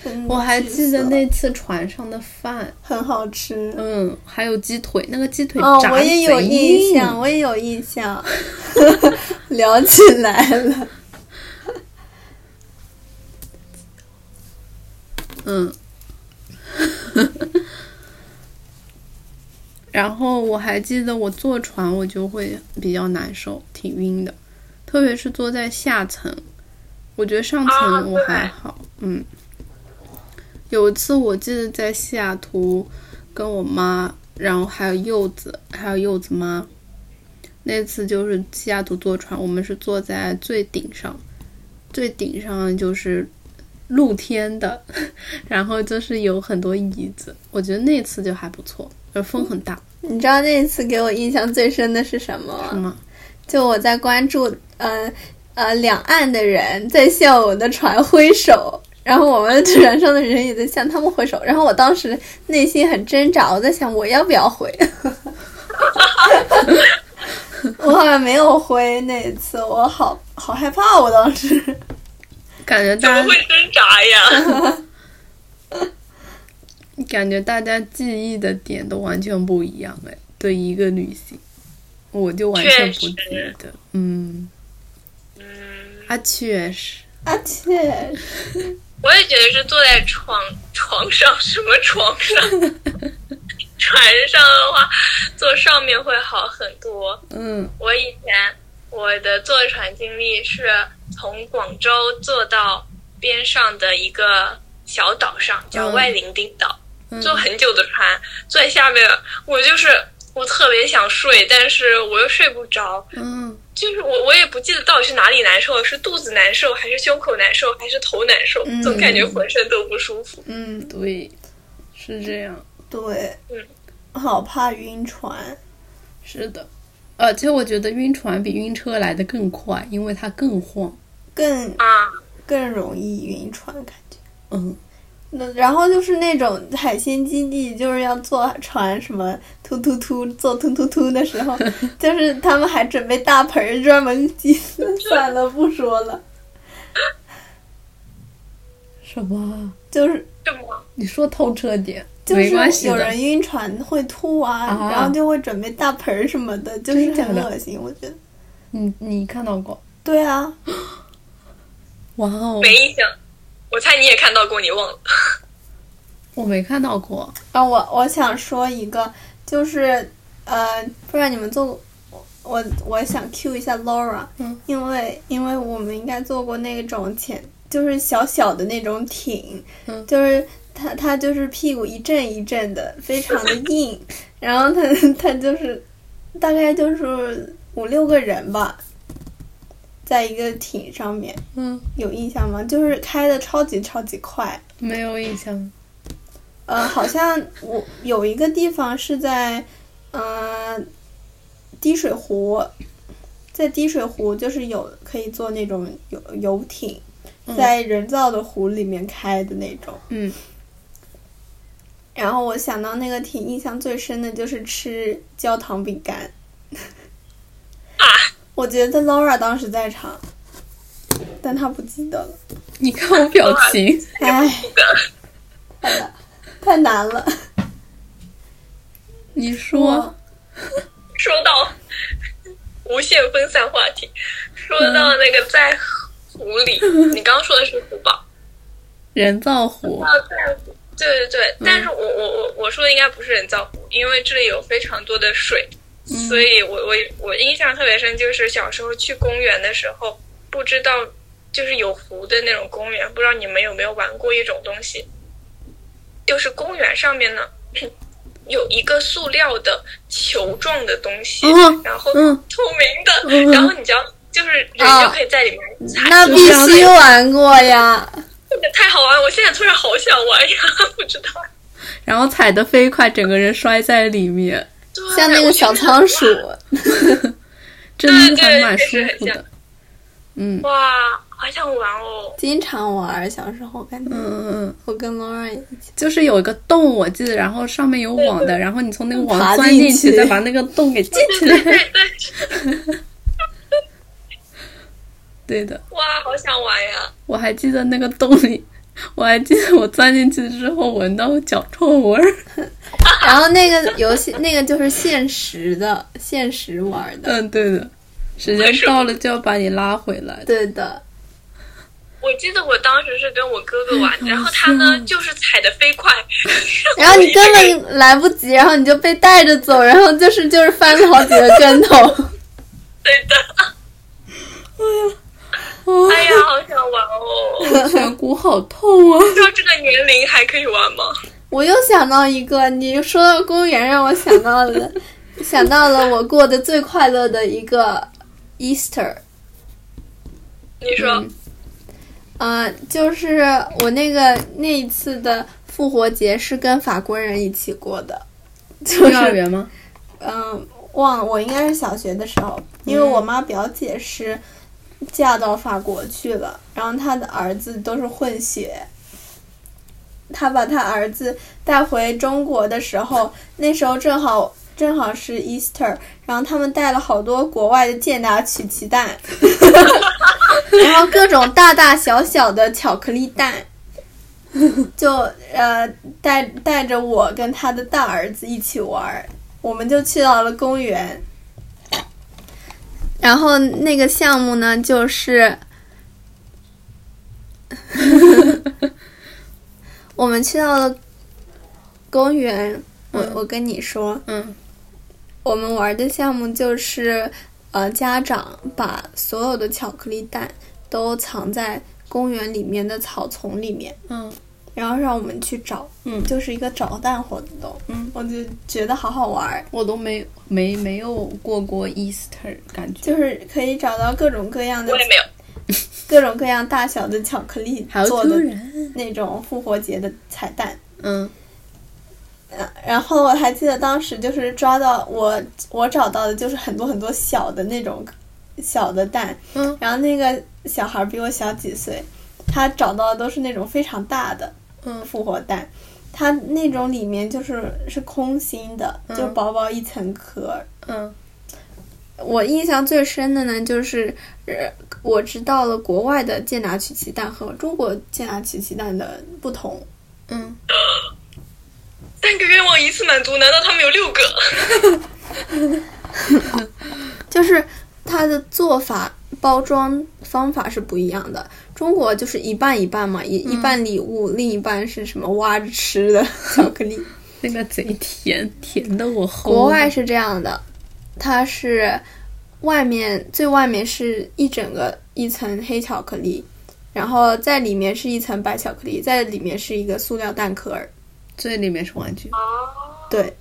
A: 真的
B: 我还
A: 巨
B: 记得
A: 涩
B: 那次船上的饭，
A: 很好吃。
B: 嗯，还有鸡腿，那个鸡腿
A: 哦，
B: 炸
A: 我也有
B: 贼
A: 印
B: 硬
A: 象，我也有印象， 聊起来了。
B: 嗯， 然后我还记得我坐船，我就会比较难受，挺晕的，特别是坐在下层，我觉得上
C: 啊
B: 层我
C: 对
B: 还好，嗯。有一次我记得在西雅图跟我妈，然后还有柚子，还有柚子妈，那次就是西雅图坐船，我们是坐在最顶上，最顶上就是露天的，然后就是有很多椅子，我觉得那次就还不错，而风很大，
A: 你知道那一次给我印象最深的是什么吗？
B: 是吗？
A: 就我在关注，呃呃，两岸的人在向我的船挥手，然后我们船上的人也在向他们挥手，然后我当时内心很挣扎，我在想我要不要挥， 我好像没有挥那一次，我好好害怕，我当时
B: 感觉
C: 怎么
B: 大
C: 会挣扎呀？
B: 感觉大家记忆的点都完全不一样哎，对一个旅行，我就完全不记
C: 确
B: 得，嗯，啊，确实，
A: 啊切，
C: 我也觉得是坐在床床上，什么床上，船上的话，坐上面会好很多。
B: 嗯，
C: 我以前我的坐船经历是从广州坐到边上的一个小岛上，叫
B: 嗯
C: 外伶仃岛，
B: 嗯
C: 坐很久的船，坐在下面，我就是我特别想睡，但是我又睡不着，
B: 嗯，
C: 就是我，我也不记得到底是哪里难受，是肚子难受，还是胸口难受，还是头难受，
A: 嗯
C: 总感觉浑身都不舒服。
A: 嗯，
B: 对，是这样。
A: 对
C: 嗯，
A: 好怕晕船，
B: 是的，而且我觉得晕船比晕车来的更快，因为它更晃。
A: 更
C: 啊，
A: 更容易晕船，感觉
B: 嗯，
A: 那然后就是那种海鲜基地，就是要坐船什么突突突坐突突突的时 候，就是他们还准备大盆儿专门接。 算了，不说了。
B: 什么？
A: 就是
C: 对吗？
B: 你说透彻点，
A: 就
B: 没关
A: 是
B: 系
A: 有
B: 的。
A: 人晕船会吐啊，
B: 啊
A: 然后就会准备大盆儿什么的，就是
B: 真假
A: 很
B: 的
A: 恶心，我觉得。
B: 你你看到过？
A: 对啊，
B: 哇哦，
C: 没印象，我猜你也看到过，你忘了。
B: 我没看到过。
A: 啊，我我想说一个，就是呃，不然你们做过，我我想 Q 一下 Laura，
B: 嗯，
A: 因为因为我们应该做过那种潜，就是小小的那种艇，
B: 嗯
A: 就是它它就是屁股一阵一阵的，非常的硬，然后它它就是大概就是五六个人吧，在一个艇上面，
B: 嗯，
A: 有印象吗？就是开的超级超级快，
B: 嗯没有印象。
A: 呃，好像我有一个地方是在，呃，滴水湖，在滴水湖就是有可以坐那种游游艇，在人造的湖里面开的那种。
B: 嗯
A: 然后我想到那个挺印象最深的就是吃焦糖饼干，我觉得 Laura 当时在场，但她不记得了。
B: 你看我表 情，
A: 唉，
C: 不敢。
A: 太难了。
B: 你说
C: 说到无限分散话题，说到
A: 嗯
C: 那个在湖 里，你刚刚说的是湖吧？
B: 人造湖
C: 啊，在湖，对对对，
B: 嗯
C: 但是我我我我说的应该不是人造湖，因为这里有非常多的水，
B: 嗯
C: 所以我我我印象特别深，就是小时候去公园的时候，不知道就是有湖的那种公园，不知道你们有没有玩过一种东西，就是公园上面呢 有一个塑料的球状的东西，
B: 哦
C: 然后
B: 嗯
C: 透明的，
B: 嗯啊
C: 然后你只要就是人就可以在里面踩，
A: 那必须玩过呀！
C: 这个太好玩，我现在突然好想玩呀，不知道。
B: 然后踩得飞快，整个人摔在里面，
C: 对啊
A: 像那个小仓鼠，
B: 真的还蛮舒服
C: 对对对对
B: 的。嗯
C: 哇，好想玩哦！
A: 经常玩。小时候感觉
B: 嗯嗯嗯，
A: 我跟 Laura 也一起，
B: 就是有一个洞，我记得，然后上面有网的，然后你从那个
A: 爬
B: 网钻进
A: 进去
B: 再把那个洞给进去。
C: 对对对，
B: 对的，
C: 哇，好想玩呀！
B: 我还记得那个洞里，我还记得我钻进去之后闻到脚臭味儿。
A: 然后那个游戏那个就是限时的，限时玩的，
B: 嗯，对的，时间到了就要把你拉回来。
A: 对的。
C: 我记得我当时是跟我哥哥玩，然后他呢就是踩的飞快，
A: 哎 然后你根
C: 我一个人
A: 本来不及，然后你就被带着走，然后就是就是翻了好几个跟头。
C: 对的，
B: 哦，
C: 哎呀，好想玩哦！
B: 颧骨好痛 啊！
C: 到这个年龄还可以玩吗？
A: 我又想到一个，你说到公园，让我想到了，想到了我过得最快乐的一个 Easter。
C: 你说，
A: 嗯呃，就是我那个那一次的复活节是跟法国人一起过的，就
B: 幼儿
A: 是
B: 园吗？
A: 嗯，忘了我应该是小学的时候，因为我妈表姐是嫁到法国去了，然后她的儿子都是混血。她把她儿子带回中国的时候，那时候正好正好是 Easter，然后他们带了好多国外的健达曲奇蛋，然后各种大大小小的巧克力蛋，就呃带带着我跟他的大儿子一起玩儿，我们就去到了公园。然后那个项目呢，就是 我们去到了公园。我
B: 嗯
A: 我跟你说，
B: 嗯，
A: 我们玩的项目就是，呃，家长把所有的巧克力蛋都藏在公园里面的草丛里面，
B: 嗯，
A: 然后让我们去找，
B: 嗯
A: 就是一个找蛋活动，
B: 嗯，
A: 我就觉得好好玩儿，
B: 我都没没没有过过 Easter，感觉
A: 就是可以找到各种各样的
C: 我也没有。
A: 各种各样大小的巧克力
B: 好
A: 做
B: 突
A: 的
B: 然。
A: 那种复活节的彩蛋，
B: 嗯
A: 嗯，然后我还记得当时就是抓到我我找到的就是很多很多小的那种小的蛋，
B: 嗯
A: 然后那个小孩比我小几岁，他找到的都是那种非常大的，
B: 嗯
A: 复活蛋，它那种里面就是是空心的，就
B: 嗯
A: 薄薄一层壳，
B: 嗯
A: 我印象最深的呢，就是呃，我知道了国外的健达曲奇蛋和中国健达曲奇蛋的不同。
B: 嗯，
C: 三个愿望一次满足，难道他们有六个？
A: 嗯就是它的做法、包装方法是不一样的。中国就是一半一半嘛，一一半礼物，另一半是什么挖着吃的巧克力。
B: 那个贼甜，甜的我齁。
A: 国外是这样的，它是外面最外面是一整个一层黑巧克力，然后在里面是一层白巧克力，在里面是一个塑料蛋壳儿。
B: 最里面是玩具，
C: 哦，
A: 对，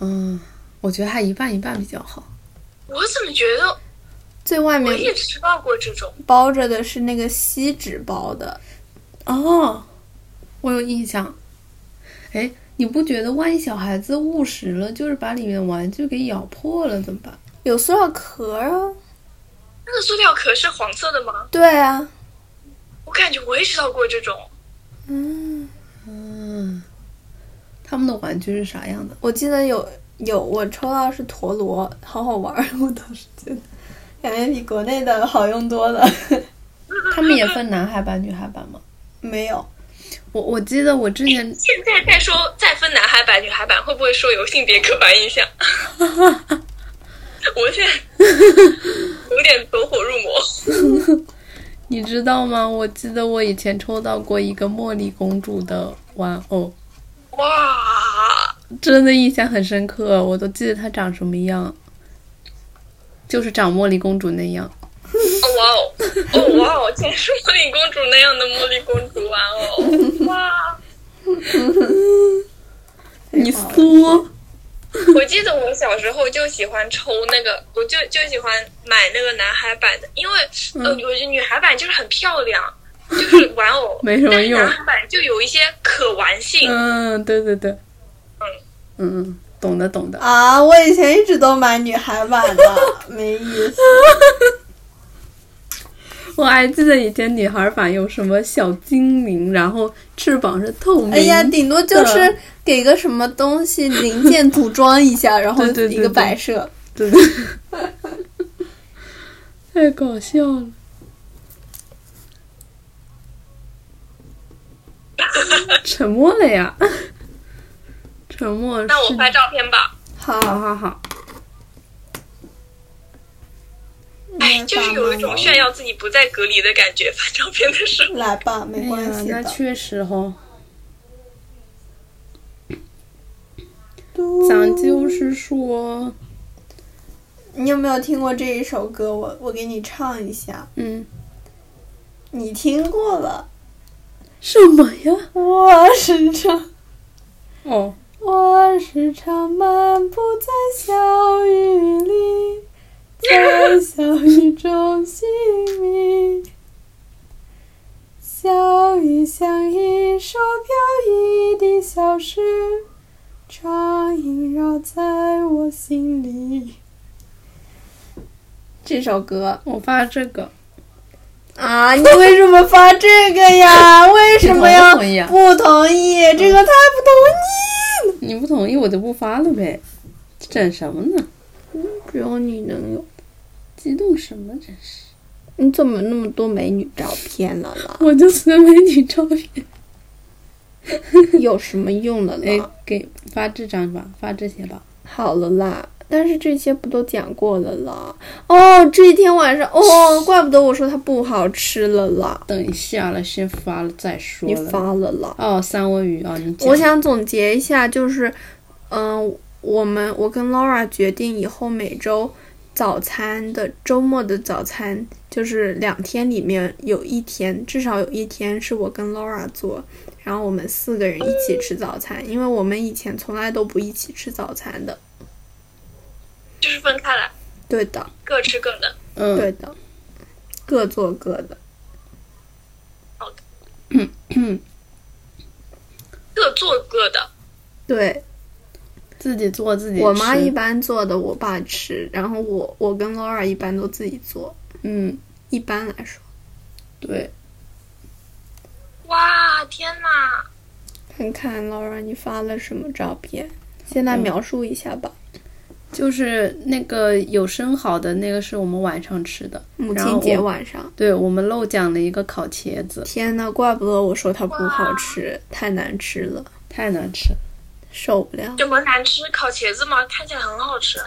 B: 嗯，我觉得还一半一半比较好。
C: 我怎么觉得
A: 最外
C: 我
A: 面
C: 也吃到过这种？
A: 包着的是那个锡纸包的，
B: 哦，我有印象。哎，你不觉得万一小孩子误食了，就是把里面玩具给咬破了怎么办？
A: 有塑料壳儿啊。
C: 那个塑料壳是黄色的吗？
A: 对啊，
C: 我感觉我也吃到过这种。
A: 嗯，
B: 嗯，他们的玩具是啥样的？
A: 我记得有有我抽到的是陀螺，好好玩儿， 我当时觉得感觉比国内的好用多了。
B: 他们也分男孩版、女孩版吗？
A: 没有，
B: 我我记得我之前
C: 现在再说再分男孩版、女孩版，会不会说有性别刻板 印象？我现在有点走火入魔。
B: 你知道吗？我记得我以前抽到过一个茉莉公主的玩偶，
C: 哇，
B: 真的印象很深刻，我都记得她长什么样，就是长茉莉公主那样。
C: 哦哇哦，哦哇哦，竟然是茉莉公主那样的茉莉公主玩 偶！哇，
B: 你说，
C: 我记得我小时候就喜欢抽那个，我就就喜欢买那个男孩版的，因为、
B: 嗯
C: 呃，我觉得女孩版就是很漂亮， 就是玩偶
B: 没什么
C: 但是
B: 用
C: 男孩版就有一些可玩性。
B: 嗯，对对对，嗯嗯，懂的懂的。
A: 啊，我以前一直都买女孩版的，没意思。
B: 我还记得以前女孩版有什么小精灵，然后翅膀是透 明。
A: 哎呀，顶多就是给个什么东西零件组装一下，然后
B: 对对对
A: 一个摆设。
B: 对对，太搞笑了。沉默了呀，沉默是。
C: 那我拍照片吧。
B: 好
A: 好，
B: 好好，
C: 哎，就是有一种炫耀自己不在隔离的感觉。翻照片的时候，
A: 来吧，没
B: 哎
A: 关
B: 呀，
A: 系
B: 那
A: 的。
B: 确实哦，
A: 嘟
B: 咱就是说，
A: 你有没有听过这一首歌？我我给你唱一下，
B: 嗯，
A: 你听过了。
B: 什么呀？
A: 我是场，
B: 哦，
A: 我是场漫步在小雨里， 在小雨中寻觅。小雨像一首飘逸的小诗，常萦绕在我心里。这首歌
B: 我发这个，
A: 啊，你为什么发这个 呀？为什么要
B: 不同意啊
A: 不同意？这个他不同意。
B: 你不同意我就不发了呗，整什么呢？
A: 只有你能有。
B: 激动什么？真是，
A: 你怎么那么多美女照片了 啦？
B: 我就随美女照片。
A: 有什么用了
B: 哎
A: 啦？，
B: 给发这张吧，发这些吧。
A: 好了啦，但是这些不都讲过了啦？哦，这一天晚上， 哦，怪不得我说它不好吃了啦。
B: 等一下了，先发了再说
A: 你
B: 了。
A: 发了啦。
B: 哦，三文鱼啊、哦，你讲
A: 我想总结一下，就是，嗯、我们我跟 Laura 决定以后每周早餐的周末的早餐，就是两天里面有一天，至少有一天是我跟 Laura 做，然后我们四个人一起吃早餐，因为我们以前从来都不一起吃早餐的。
C: 就是分开来，
A: 对的，
C: 各吃各的。
B: 嗯，
A: 对的，各做各的。
C: 嗯各做各的。
A: 对
B: 自己做自己吃。
A: 我妈一般做的，我爸吃，然后我我跟 Laura 一般都自己做，
B: 嗯，
A: 一般来说。
B: 对，
C: 哇，天呐！
A: 看看 Laura 你发了什么照片？先来描述一下吧。
B: 就是那个有生蚝的那个是我们晚上吃的，
A: 母
B: 然后
A: 亲节
B: 我
A: 晚上，
B: 对我们漏讲了一个烤茄子，
A: 天呐，怪不得我说它不好吃，太难吃了，
B: 太难吃了。
A: 受不了。
C: 有么难吃？烤茄子吗？看起来很好吃。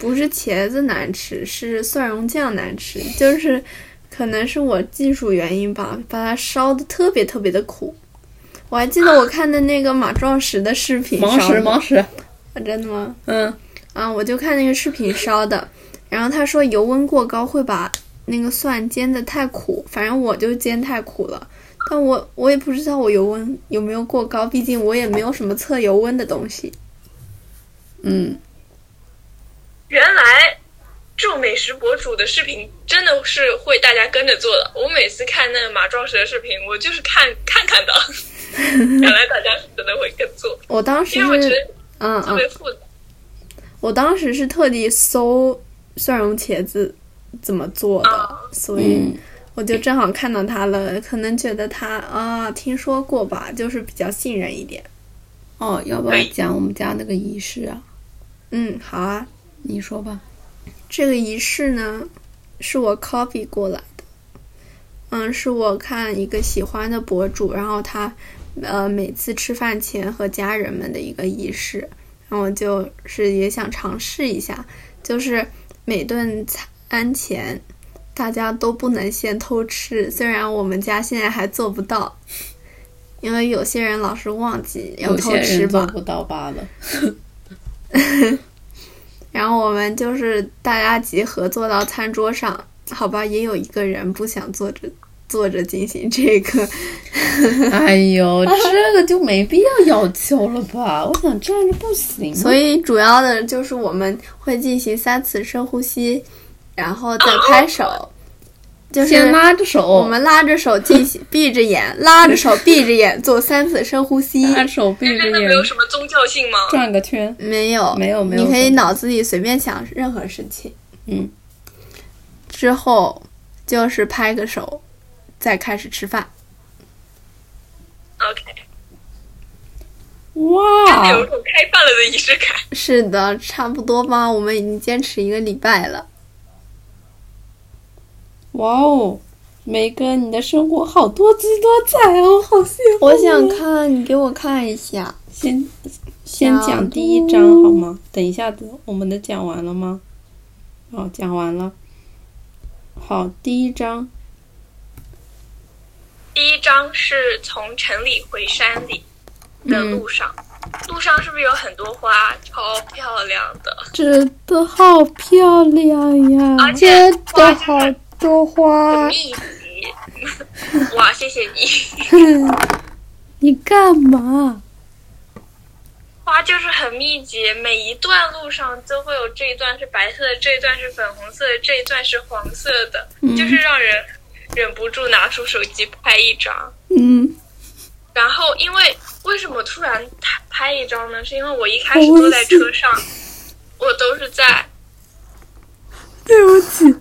A: 不是茄子难吃，是蒜蓉酱难吃，就是可能是我技术原因吧，把它烧的特别特别的苦。我还记得我看的那个马壮实的视频
B: 盲
A: 烧
B: 食，
A: 的，
B: 盲食，
A: 啊真的吗？
B: 嗯，
A: 啊，我就看那个视频烧的，然后他说油温过高会把那个蒜煎的太苦，反正我就煎太苦了。但我我也不知道我油温有没有过高，毕竟我也没有什么测油温的东西。
B: 嗯，
C: 原来这种美食博主的视频真的是会大家跟着做的。我每次看那个马壮实的视频，我就是看看看的。 原来大家是真的会跟做，
A: 我当时
C: 因为我觉
A: 是，
C: 得
A: 嗯
C: 特
A: 嗯
C: 别，复杂。
A: 我当时是特地搜蒜蓉茄子怎么做的，
C: 啊
A: 所以
B: 嗯
A: 我就正好看到它了。可能觉得它啊，听说过吧，就是比较信任一点。
B: 哦，要不要讲我们家那个仪式啊？
A: 嗯，好啊，
B: 你说吧。
A: 这个仪式呢，是我 copy 过来的。嗯，是我看一个喜欢的博主，然后他呃每次吃饭前和家人们的一个仪式，然后我就是也想尝试一下，就是每顿餐前大家都不能先偷吃，虽然我们家现在还做不到。因为有些人老是忘记要
B: 有
A: 偷
B: 些
A: 吃
B: 人
A: 吧
B: 做，不到罢了。
A: 然后我们就是大家集合坐到餐桌上，好吧，也有一个人不想坐着坐着进行这个，
B: 哎呦，这个就没必要要求了吧？我想站着不行吗， 啊
A: 所以主要的就是我们会进行三次深呼吸，然后再拍手，就
B: 先
A: 是
B: 拉着手，
A: 我们拉着手进行， 闭着眼，拉着手闭着眼做三次深呼 吸，
B: 拉着手闭着
C: 真的
B: 眼
C: 没嗯有什么宗教性吗？
B: 转个圈。
A: 没有
B: 没有没有
A: 你可以脑子里随便想任何事情，
B: 嗯，
A: 之后就是拍个手，再开始吃饭。
C: OK，真的有
B: 哇
C: 一，种开饭了的仪式感。
A: 是的，差不多吧。我们已经坚持一个礼拜了。
B: 哇哦，梅根，你的生活好多姿多彩哦，好幸福。
A: 我想看，你给我看一下。
B: 先先
A: 小
B: 讲第一章
A: 嗯
B: 好吗？等一下子，我们的讲完了吗？哦，讲完了。好，第一章，
C: 第一章是从城里回山里的路上，路上是不是有很多花，超漂亮的？
B: 真的好漂亮呀
C: 而！且花
A: 多
C: 很
A: 花，
C: 密集。 哇，谢谢你。
B: 你干嘛？
C: 花就是很密集，每一段路上都会有这一段是白色的，这一段是粉红色的，这一段是黄色的，就是让人忍不住拿出手机拍一张。
A: 嗯，
C: 然后，因为为什么突然拍拍一张呢？是因为我一开始坐在车上，我都是在
B: 对不起，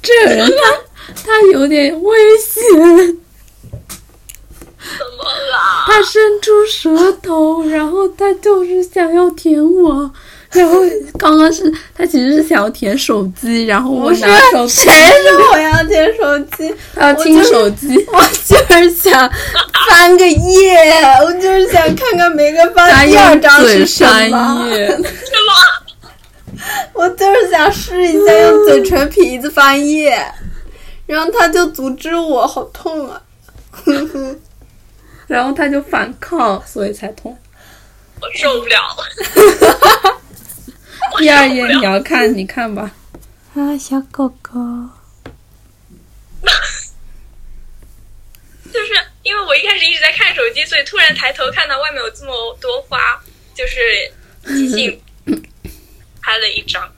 B: 这个人他他有点危险，
C: 怎么啦？
B: 他伸出舌头，然后他就是想要舔我。然后刚刚是他其实是想要舔手机，然后我
A: 不是
B: 拿手机，
A: 谁说我要接手机？
B: 他要亲手机，
A: 我就是想翻个页，我就是想看看梅根
B: 他
A: 翻第二
B: 用
A: 张
B: 嘴
A: 是什
B: 扇
A: 么。
B: 叶，
C: 是吗？
A: 我就是想试一下用嘴唇皮子翻页，然后他就阻止我，好痛啊！
B: 然后他就反抗，所以才痛。
C: 我受不了了。
B: 第二页你要看，你看吧。
A: 啊，小狗狗，
C: 就是因为我一开始一直在看手机，所以突然抬头看到外面有这么多花，就是即兴拍了一张。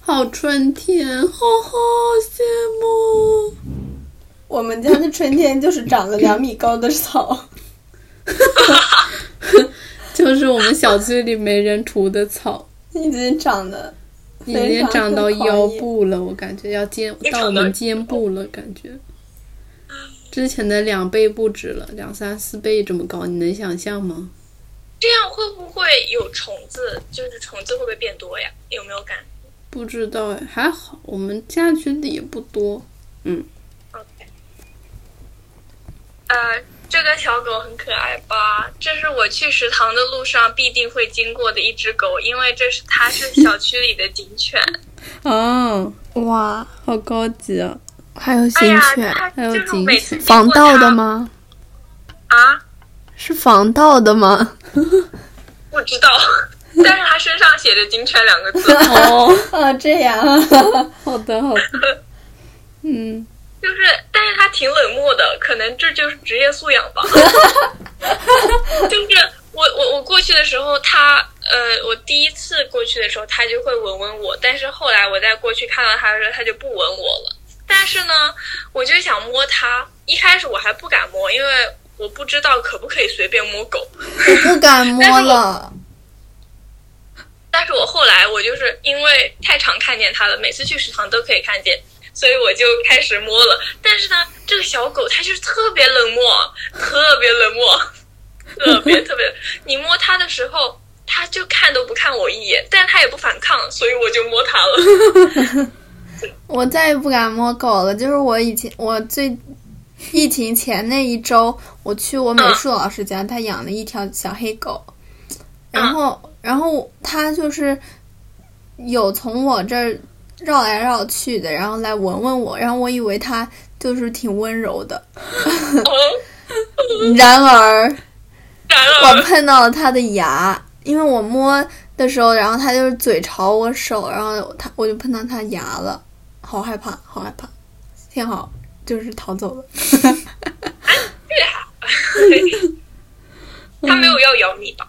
B: 好春天，好好羡慕。
A: 我们家的春天就是长了两米高的草。
B: 就是我们小区里没人除的 草，
A: 已经长得
B: 已经长到腰部了，我感觉要肩
C: 非常
B: 到我
C: 的
B: 们肩部了，感觉。之前的两倍不止了，两三四倍这么高，你能想象吗？
C: 这样会不会有虫子？就是虫子会不会变多呀？有没有感觉
B: 不知道哎，还好我们家去的也不多。
C: ？OK，呃，这个小狗很可爱吧？这是我去食堂的路上必定会经过的一只狗，因为这是它是小区里的警 犬。
B: 啊，
A: 哇，
B: 好高级啊！
A: 还有警
C: 哎呀，
A: 犬，
C: 它
B: 还有
C: 就是
B: 警
C: 每次
B: 犬
C: 经
A: 防
C: 过
A: 盗的
C: 它
A: 吗？
C: 啊？
A: 是防盗的吗？
C: 不知道， 但是它身上写着“警犬”两个字。
B: 哦，
A: 啊，这样啊，
B: 好的好 的，嗯，
C: 就是，但是他挺冷漠的，可能这就是职业素养吧。 就是我我我过去的时候，他呃，我第一次过去的时候，他就会吻吻我，但是后来我再过去看到他的时候，他就不吻我了。但是呢，我就想摸他，一开始我还不敢摸，因为我不知道可不可以随便摸狗。
A: 我不敢摸了。
C: 但是我后来我就是因为太常看见它了，每次去食堂都可以看见，所以我就开始摸了。但是呢，这个小狗它就是特别冷漠，特别冷漠，特别特别。你摸它的时候，它就看都不看我一眼，但它也不反抗，所以我就摸它 了。
A: 我再也不敢摸狗了。就是我以前，我最疫情前那一周，我去我美术老师家，他养了一条小黑狗，然后，然后他就是有从我这儿绕来绕去的，然后来闻闻我，然后我以为他就是挺温柔的，
C: 哦，
A: 然而
C: 然
A: 我
C: 而，
A: 碰到了它的牙，因为我摸的时候，然后它就是嘴朝我手，然后它我就碰到它牙了，好害怕，好害怕，幸好就是逃走了。
C: 对啊，
B: 嗯
C: 它没有要咬你吧？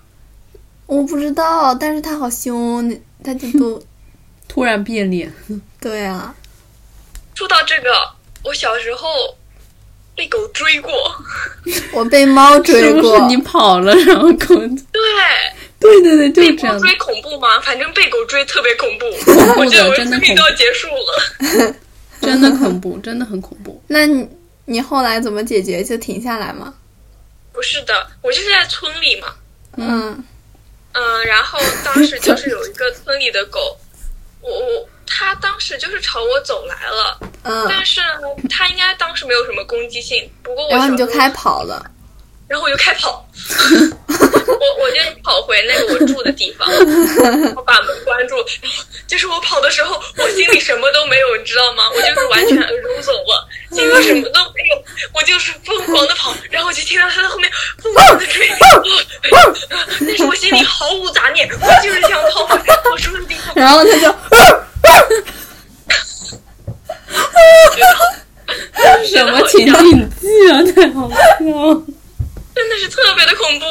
A: 我不知道，但是它好凶，你它就 不
B: 突然变脸，
A: 对啊，
C: 说到这个，我小时候被狗追过，
A: 我被猫追
B: 是不
A: 过，
B: 是你跑了，然后狗？
C: 对。
B: 对对对，就是
C: 被
B: 这
C: 狗
B: 样的
C: 追恐怖吗？反正被狗追特别恐怖，
B: 怖的
C: 我觉得我
B: 真的
C: 生
B: 恐
C: 命都要结束了。
B: 真的恐怖，真的很恐怖。
A: 那你你后来怎么解决？就停下来吗？
C: 不是的，我就是在村里嘛，
B: 嗯
A: 嗯，
C: 嗯，然后当时就是有一个村里的狗， 我我它当时就是朝我走来了，
A: 嗯
C: 但是呢，它应该当时没有什么攻击性，不过我
A: 然后你就
C: 小时候
A: 开跑了。
C: 然后我就开 跑，我我就跑回那个我住的地方，我把门关住。 然后就是我跑的时候，我心里什么都没有，你知道吗？我就是完全 rozo 了，心里什么都没有，我就是疯狂的跑，然后我就听到他在后面疯狂的追，但是我 心里毫无杂念，我就是想跑回我住的地方。
A: 然后它就，
B: 什么情景剧啊！太好笑了。
C: 真的是特别的恐怖。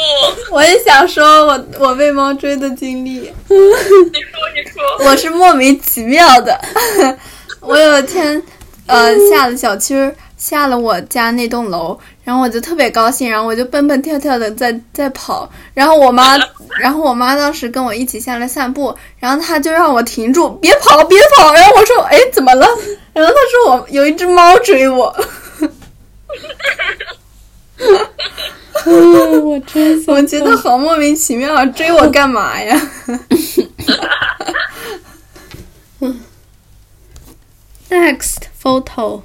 A: 我也想说我我被猫追的经历。
C: 你说，你说，
A: 我是莫名其妙的。 我有一天，呃，下了小区儿，下了我家那栋楼，然后我就特别高兴，然后我就蹦蹦跳跳的在在跑，然后我妈，然后我妈当时跟我一起下来散步，然后她就让我停住，别跑，别跑，然后我说，哎，怎么了？然后她说我有一只猫追我，
B: 嗯，我真 想
A: 我觉得好莫名其妙，追我干嘛呀？
B: Next photo，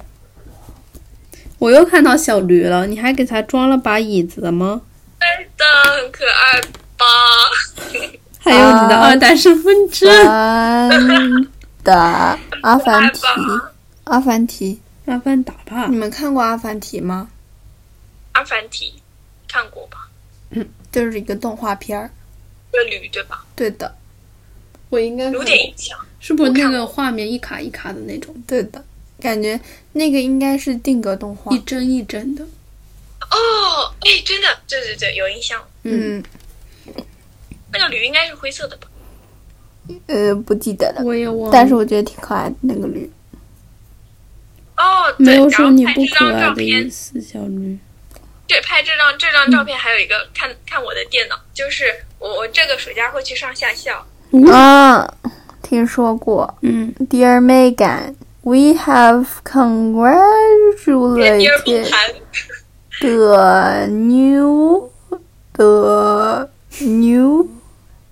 B: 我又看到小驴了，你还给它装了把椅子的吗？
C: 真的很哎可爱吧？
B: 还有你的
A: 啊
B: 二代身份证，
A: 的阿凡
C: 爱
A: 提，
C: 吧？
A: 阿凡提，
B: 麻烦打吧
A: 你。们看过阿凡提吗？
C: 阿凡提，看过吧？
A: 就是一个动画片儿。
C: 个驴对吧？
A: 对的，
B: 我应该
C: 有点印象。
B: 是不是那个画面一卡一卡的那种，
A: 对的，感觉那个应该是定格动画
B: 一。帧一帧的？
C: 哦，哎，真的，对对对，有印象。
A: 嗯，
C: 那个驴应该是灰色的吧？
A: 呃，不记得了，
B: 我也忘了。
A: 但是我觉得挺可爱的那个驴。
C: 哦，对
B: 没有
C: 然
B: 说
C: 后
B: 你
C: 拍
B: 不
C: 这
B: 可
C: 张
B: 爱
C: 照
B: 的意
C: 片，
B: 思，嗯小驴。
C: 对，拍这张这张照片还有一个，看看我的电脑，就是我我这个暑假会去上下校，
A: 啊，听说过
B: 嗯，
A: ，Dear Megan， We have
C: 第二不
A: congratulated
C: 谈，
A: the new the new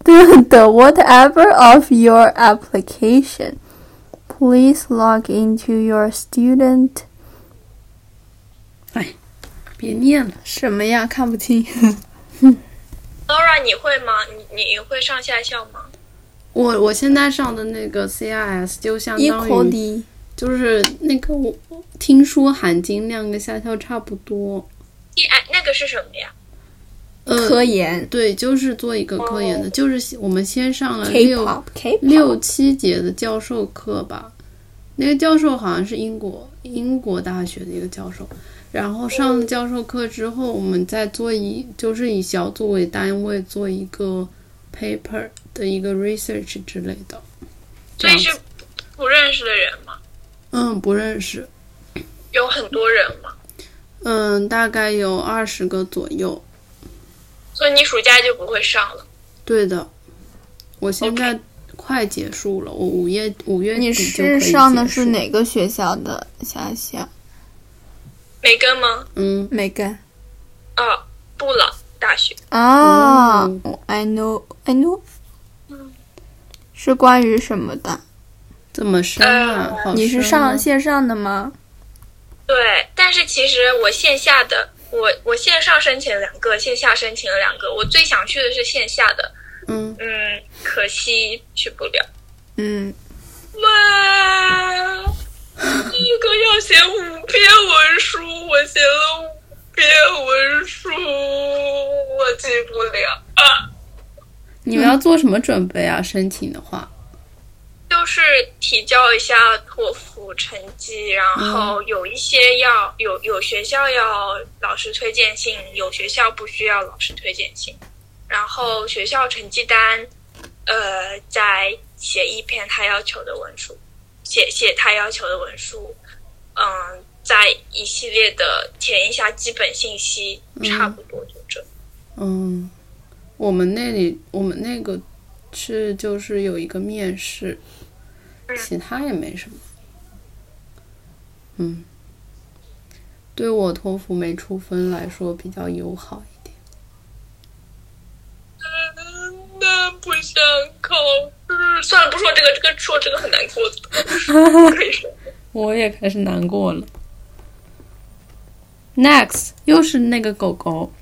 A: the, the whatever of your application. Please log into your student
B: 哎别念了，
A: 什么呀？看不清。
C: Laura，你会吗？你你会上下校吗？
B: 我我现在上的那个 CIS 就相当于
A: Equally
B: 就是那个我听说含金量跟下校差不多，
C: 第哎，那个是什么呀？
B: 呃，
A: 科研
B: 对，就是做一个科研的，就是我们先上了呃六
A: ，K-pop K-pop
B: 六七节的教授课吧，那个教授好像是英国英国大学的一个教授。然后上了教授课之后，我们再做一就是以小组为单位做一个 paper 的一个 research 之类的。这
C: 所
B: 样
C: 以
B: 子
C: 是不认识的人吗？
B: 嗯，不认识。
C: 有很多人吗？
B: 嗯，大概有二十个左右。
C: 所以你暑假就不会上了。
B: 对的，我现在快结束了，我五月五月
A: 你
B: 底就可
A: 是
B: 以
A: 上的
B: 结
A: 是
B: 束？
A: 哪个学校的下校？
C: 梅根吗？
B: 嗯，
A: 梅根
C: 啊，布朗大学。
A: 啊、
B: 嗯
A: i know I know，
C: 嗯
A: 是关于什么的？
B: 这么深啊？
C: 呃
B: 好
A: 你是
B: 深啊
A: 上线上的吗？
C: 对，但是其实我线下的，我我线上申请了两个，线下申请了两个。我最想去的是线下的，
B: 嗯，
C: 嗯，可惜去不了。
A: 嗯，
C: 哇，一个要写五篇文书，我写了五篇文书，我记不了。啊，
B: 你们要
A: 嗯
B: 做什么准备啊？申请的话，
C: 就是提交一下托福成绩，然后有一些要有有学校要老师推荐信，有学校不需要老师推荐信，然后学校成绩单，呃，再写一篇他要求的文书，写写他要求的文书，嗯，在一系列的填一下基本信息，差不多就这。
B: 嗯，我们那里我们那个是就是有一个面试，其他也没什么。嗯，对我托福没出分来说比较友好一点。
C: 嗯，那不想考试。算了，不说这个，这个说这个很难过 的，可以说。
B: 我也开始难过了。Next，又是那个狗狗，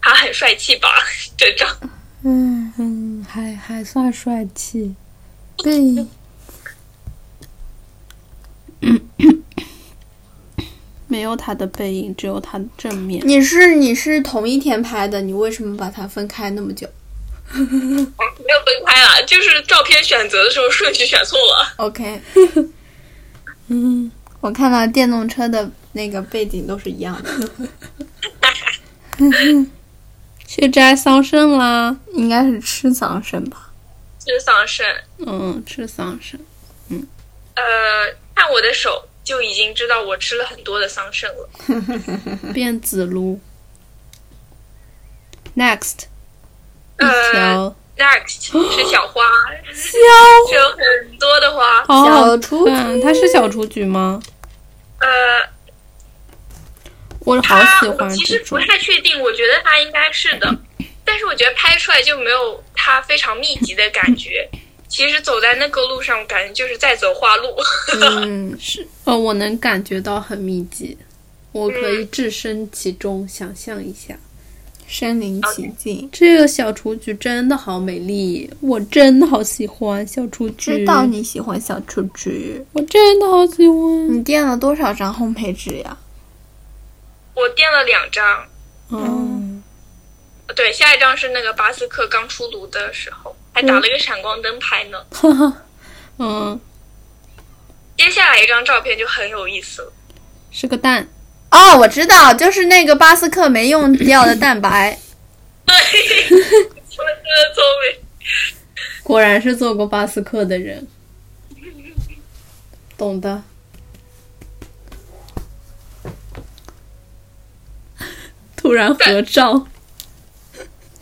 C: 他很帅气吧？这张
B: 嗯，还还算帅气。
A: 对，
B: 没有它的背影，只有它的正面。
A: 你是你是同一天拍的，你为什么把它分开那么久
C: 没有分开啊，就是照片选择的时候顺序选错了。
A: ？OK，
B: 嗯，
A: 我看到电动车的那个背景都是一样 的，
B: 去摘桑葚啦。
A: 应该是吃桑葚吧？
C: 就是桑葚，
B: 嗯，吃桑葚。
C: 呃，看我的手就已经知道我吃了很多的桑葚了。
B: 变紫撸。Next，一
C: 呃
B: 条
C: ，next 是小花，吃了很多的花。
B: 好好
A: 小雏
B: 看，它是小雏菊吗？
C: 呃，
B: 我好
C: 它
B: 喜
C: 啊我
B: 欢
C: 其
B: 这
C: 实不
B: 种。
C: 太确定，我觉得它应该是 的，但是我觉得拍出来就没有它非常密集的感觉。其实走在那个路上，感觉就是在走花路。
A: 嗯，
B: 是，呃，我能感觉到很密集，我可以置身其中，想象一下。
A: 身临其境。
B: 这个小雏菊真的好美丽，我真的好喜欢小雏菊。
A: 知道，你喜欢小雏菊，
B: 我真的好喜欢。
A: 你垫了多少张烘焙纸呀？
C: 我垫了两张，
B: 嗯，
C: 对，下一张是那个巴斯克刚出炉的时候，还打了一个闪光灯牌呢。
B: 哈哈，嗯，
C: 接下来一张照片就很有意思了，
B: 是个蛋。
A: 哦，我知道，就是那个巴斯克没用掉的蛋 白。
C: 对， 我真的聪明。
B: 果然是做过巴斯克的人，懂的。 突然合照，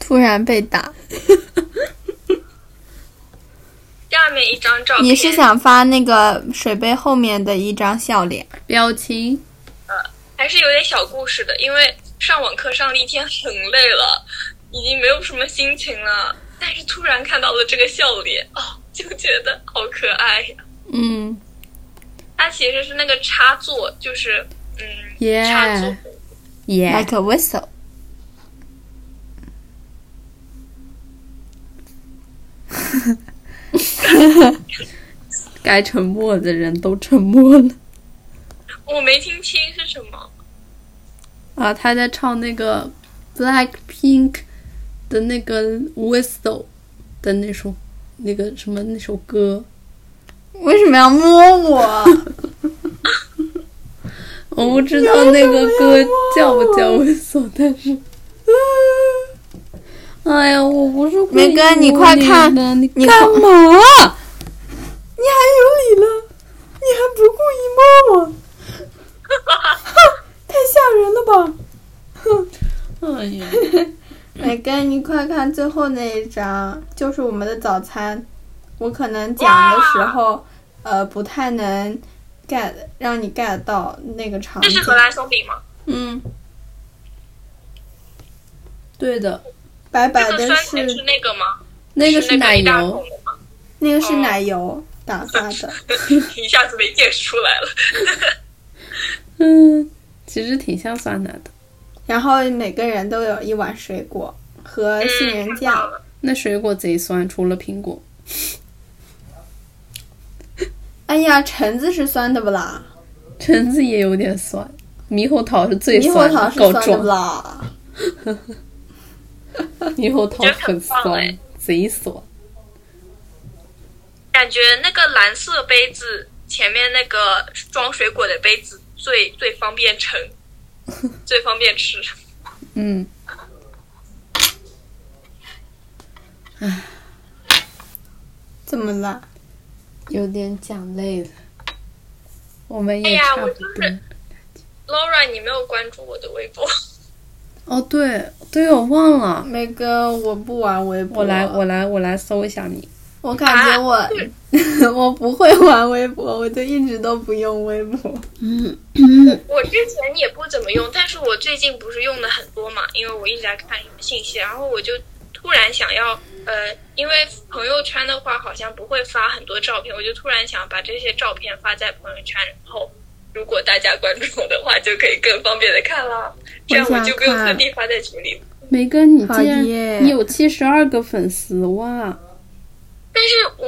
A: 突然被打，
C: 下面一张照片，
A: 你是想发那个水杯后面的一张笑脸？
B: 标清，
C: 还是有点小故事的，因为上网课上了一天很累了，已经没有什么心情了，但是突然看到了这个笑脸，哦，就觉得好可爱呀。
A: 嗯，
C: 它其实是那个插座，就是嗯
B: Yeah
C: 插座，
B: 耶、
A: like a whistle。
B: 该沉默的人都沉默了
C: 我没听清是什么。
B: 啊！他在唱那个 Black Pink 的那个 Whistle 的那首那个什么那首歌，
A: 为什么要摸 我？
B: 我不知道那个歌叫不叫 Whistle，但是， 哎呀，我不是故意
A: 梅根你快看
B: 摸你的
A: 你
B: 你干
A: 快
B: 嘛？
A: 你还有理了？你还不故意摸我？太吓人了吧！
B: 哎呀，
A: 美根，哎你快看最后那一张，就是我们的早餐。我可能讲
C: 哇
A: 的时候，呃，不太能 get 让你 get 到那个场
C: 这
A: 景
C: 是。荷兰松饼吗？
A: 嗯，
B: 对的，
A: 白
C: 这
A: 白
C: 个
A: 的
C: 酸甜
A: 是
C: 是那个吗？
B: 呃那个
C: 是
B: 是奶
C: 一大
B: 油
C: 桶，的吗？
A: 那个
C: 哦
A: 是奶油打发的，
C: 一下子没见识出来了。
B: 嗯，其实挺像酸奶的。
A: 然后每个人都有一碗水果和杏
C: 嗯，
A: 仁
C: 看到
A: 酱。
C: 了。
B: 那水果贼酸，除了苹果。
A: 哎呀，橙子是酸的不啦？
B: 橙子也有点酸，猕猴桃是最
A: 猕猴
B: 酸
A: 桃
B: 的，
A: 是
B: 够
A: 酸的不
B: 重。
A: 啦？
B: 猕猴桃很
C: 觉得很棒
B: 酸
C: 哎，
B: 贼酸。
C: 感觉那个蓝色杯子前面那个装水果的杯子最最方便盛，最方便吃。
B: 嗯，
A: 怎么啦？
B: 嗯有点讲累了，我们
C: 哎
B: 也
C: 呀
B: 差不
C: 我
B: 多。
C: 就是、Laura，你没有关注我的微博？
B: 哦，对对，我忘了，
A: 梅哥，我不玩微博。
B: 我来我来我来搜一下你。
A: 我感觉我、 我不会玩微博，我就一直都不用微博。
B: 嗯，
C: 我之前也不怎么用，但是我最近不是用的很多嘛，因为我一直在看什么信息，然后我就突然想要，呃，因为朋友圈的话好像不会发很多照片，我就突然想把这些照片发在朋友圈，然后如果大家关注我的话，就可以更方便的看啦。这样我就不用特地发在群里。
B: 梅根，你竟
A: 好
B: 然
A: 耶
B: 你有七十二个粉丝哇！
C: 但是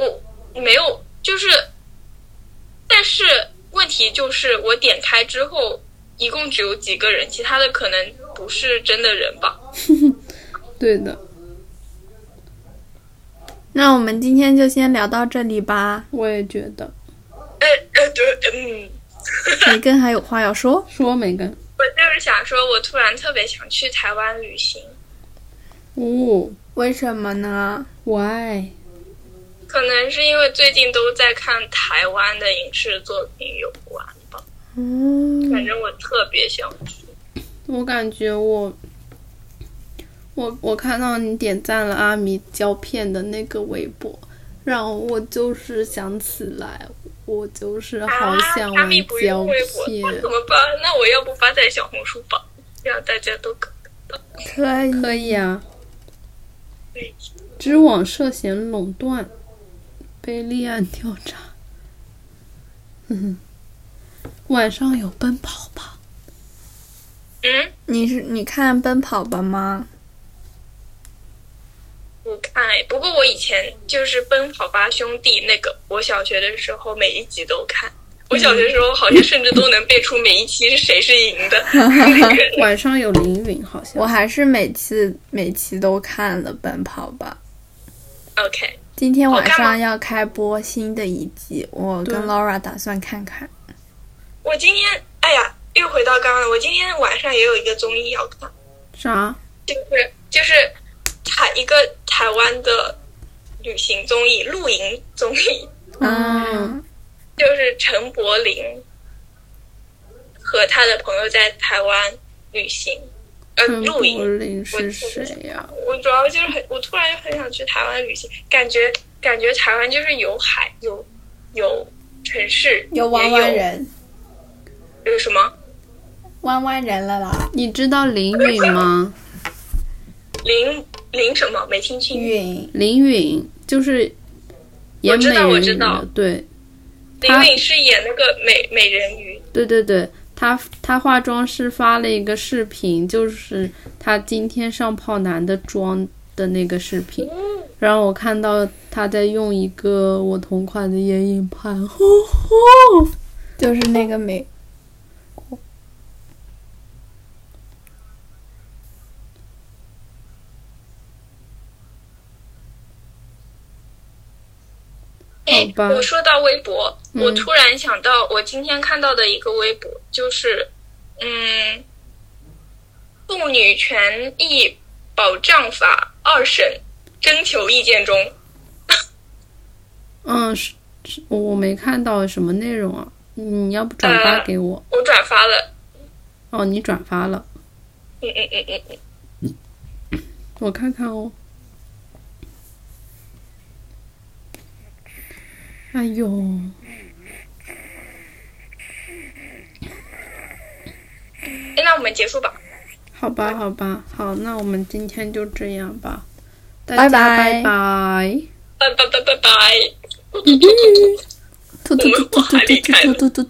C: 我没有，就是，但是问题就是我点开之后，一共只有几个人，其他的可能不是真的人吧。
B: 对的，
A: 那我们今天就先聊到这里吧。
B: 我也觉得。
C: 呃呃，对，嗯。
A: 你更还有话要说？
B: 说梅根，
C: 我就是想说，我突然特别想去台湾旅行，
B: 哦
A: 为什么呢？
B: ，why？
C: 可能是因为最近都在看台湾的影视作品有关吧。
A: 嗯，
C: 反正我特别想去。
B: 我感觉我，我我看到你点赞了阿米胶片的那个微博，让我就是想起来，我就是好想
C: 啊，阿
B: 玩
C: 咪不
B: 胶
C: 用微博，那
B: 片
C: 怎，么办？那我要不发在小红书吧，让大家都看到。
A: 可以。
B: 可以啊。
C: 对
B: 知网涉嫌垄断，被立案调查。嗯，晚上有奔跑吧？
C: 嗯，
A: 你是你看《奔跑吧》吗？
C: 不看哎。不过我以前就是《奔跑吧兄弟》那个，我小学的时候每一集都看。我小学的时候好像甚至都能背出每一期是谁是赢的。
B: 晚上有凌云，好像
A: 我还是每期每期都看了《奔跑吧》。
C: OK，
A: 今天晚
C: 好看吗
A: 上要开播新的一季，我跟
B: 对
A: Laura 打算看看。
C: 我今天，哎呀，又回到刚刚了。我今天晚上也有一个综艺要看，
B: 啥？
A: 啊
C: 就是就是台一个台湾的旅行综艺、露营综艺，呃
A: 嗯，
C: 就是陈柏霖和他的朋友在台湾旅行，呃，
B: 陈
C: 露营
B: 柏。霖是谁呀、
C: 我主要就是很，我突然就很想去台湾旅行，感觉感觉台湾就是有海，有有城市，
A: 有
C: 也
A: 弯弯人，
C: 有有什么
A: 弯弯人了啦，
B: 你知道林允吗？
C: 林林什么没听
A: 嗯
C: 清？
A: 云
B: 林允就是演美
C: 我知道
B: 人
C: 我
B: 鱼
C: 知道
B: 的，对
A: 啊
C: 林允是演那个美美人鱼，
B: 对对对，她她化妆师发了一个视频，就是她今天上泡男的妆的那个视频，然后我看到她在用一个我同款的眼影盘，哦吼，
A: 就是那个美
C: 哎
B: 好，吧
C: 哎我说到微博，
B: 嗯
C: 我突然想到，我今天看到的一个微博，就是，嗯，《妇女权益保障法二审征求意见中》，
B: 嗯，是是，我我没看到什么内容啊，你要不转发
C: 呃
B: 给我？
C: 我转发了，
B: 哦，你转发了，
C: 嗯嗯嗯嗯嗯，
B: 我看看哦。哎呦，
C: 哎，那我们结束吧，
B: 好吧，好吧，好，那我们今天就这样吧，大
A: 拜
B: 家
A: 拜
B: 拜拜。
C: 拜拜拜拜拜。
A: 嘟嘟嘟
C: 我们
A: 嘟
C: 往海里
A: 嘟嘟
C: 看
A: 嘟嘟嘟。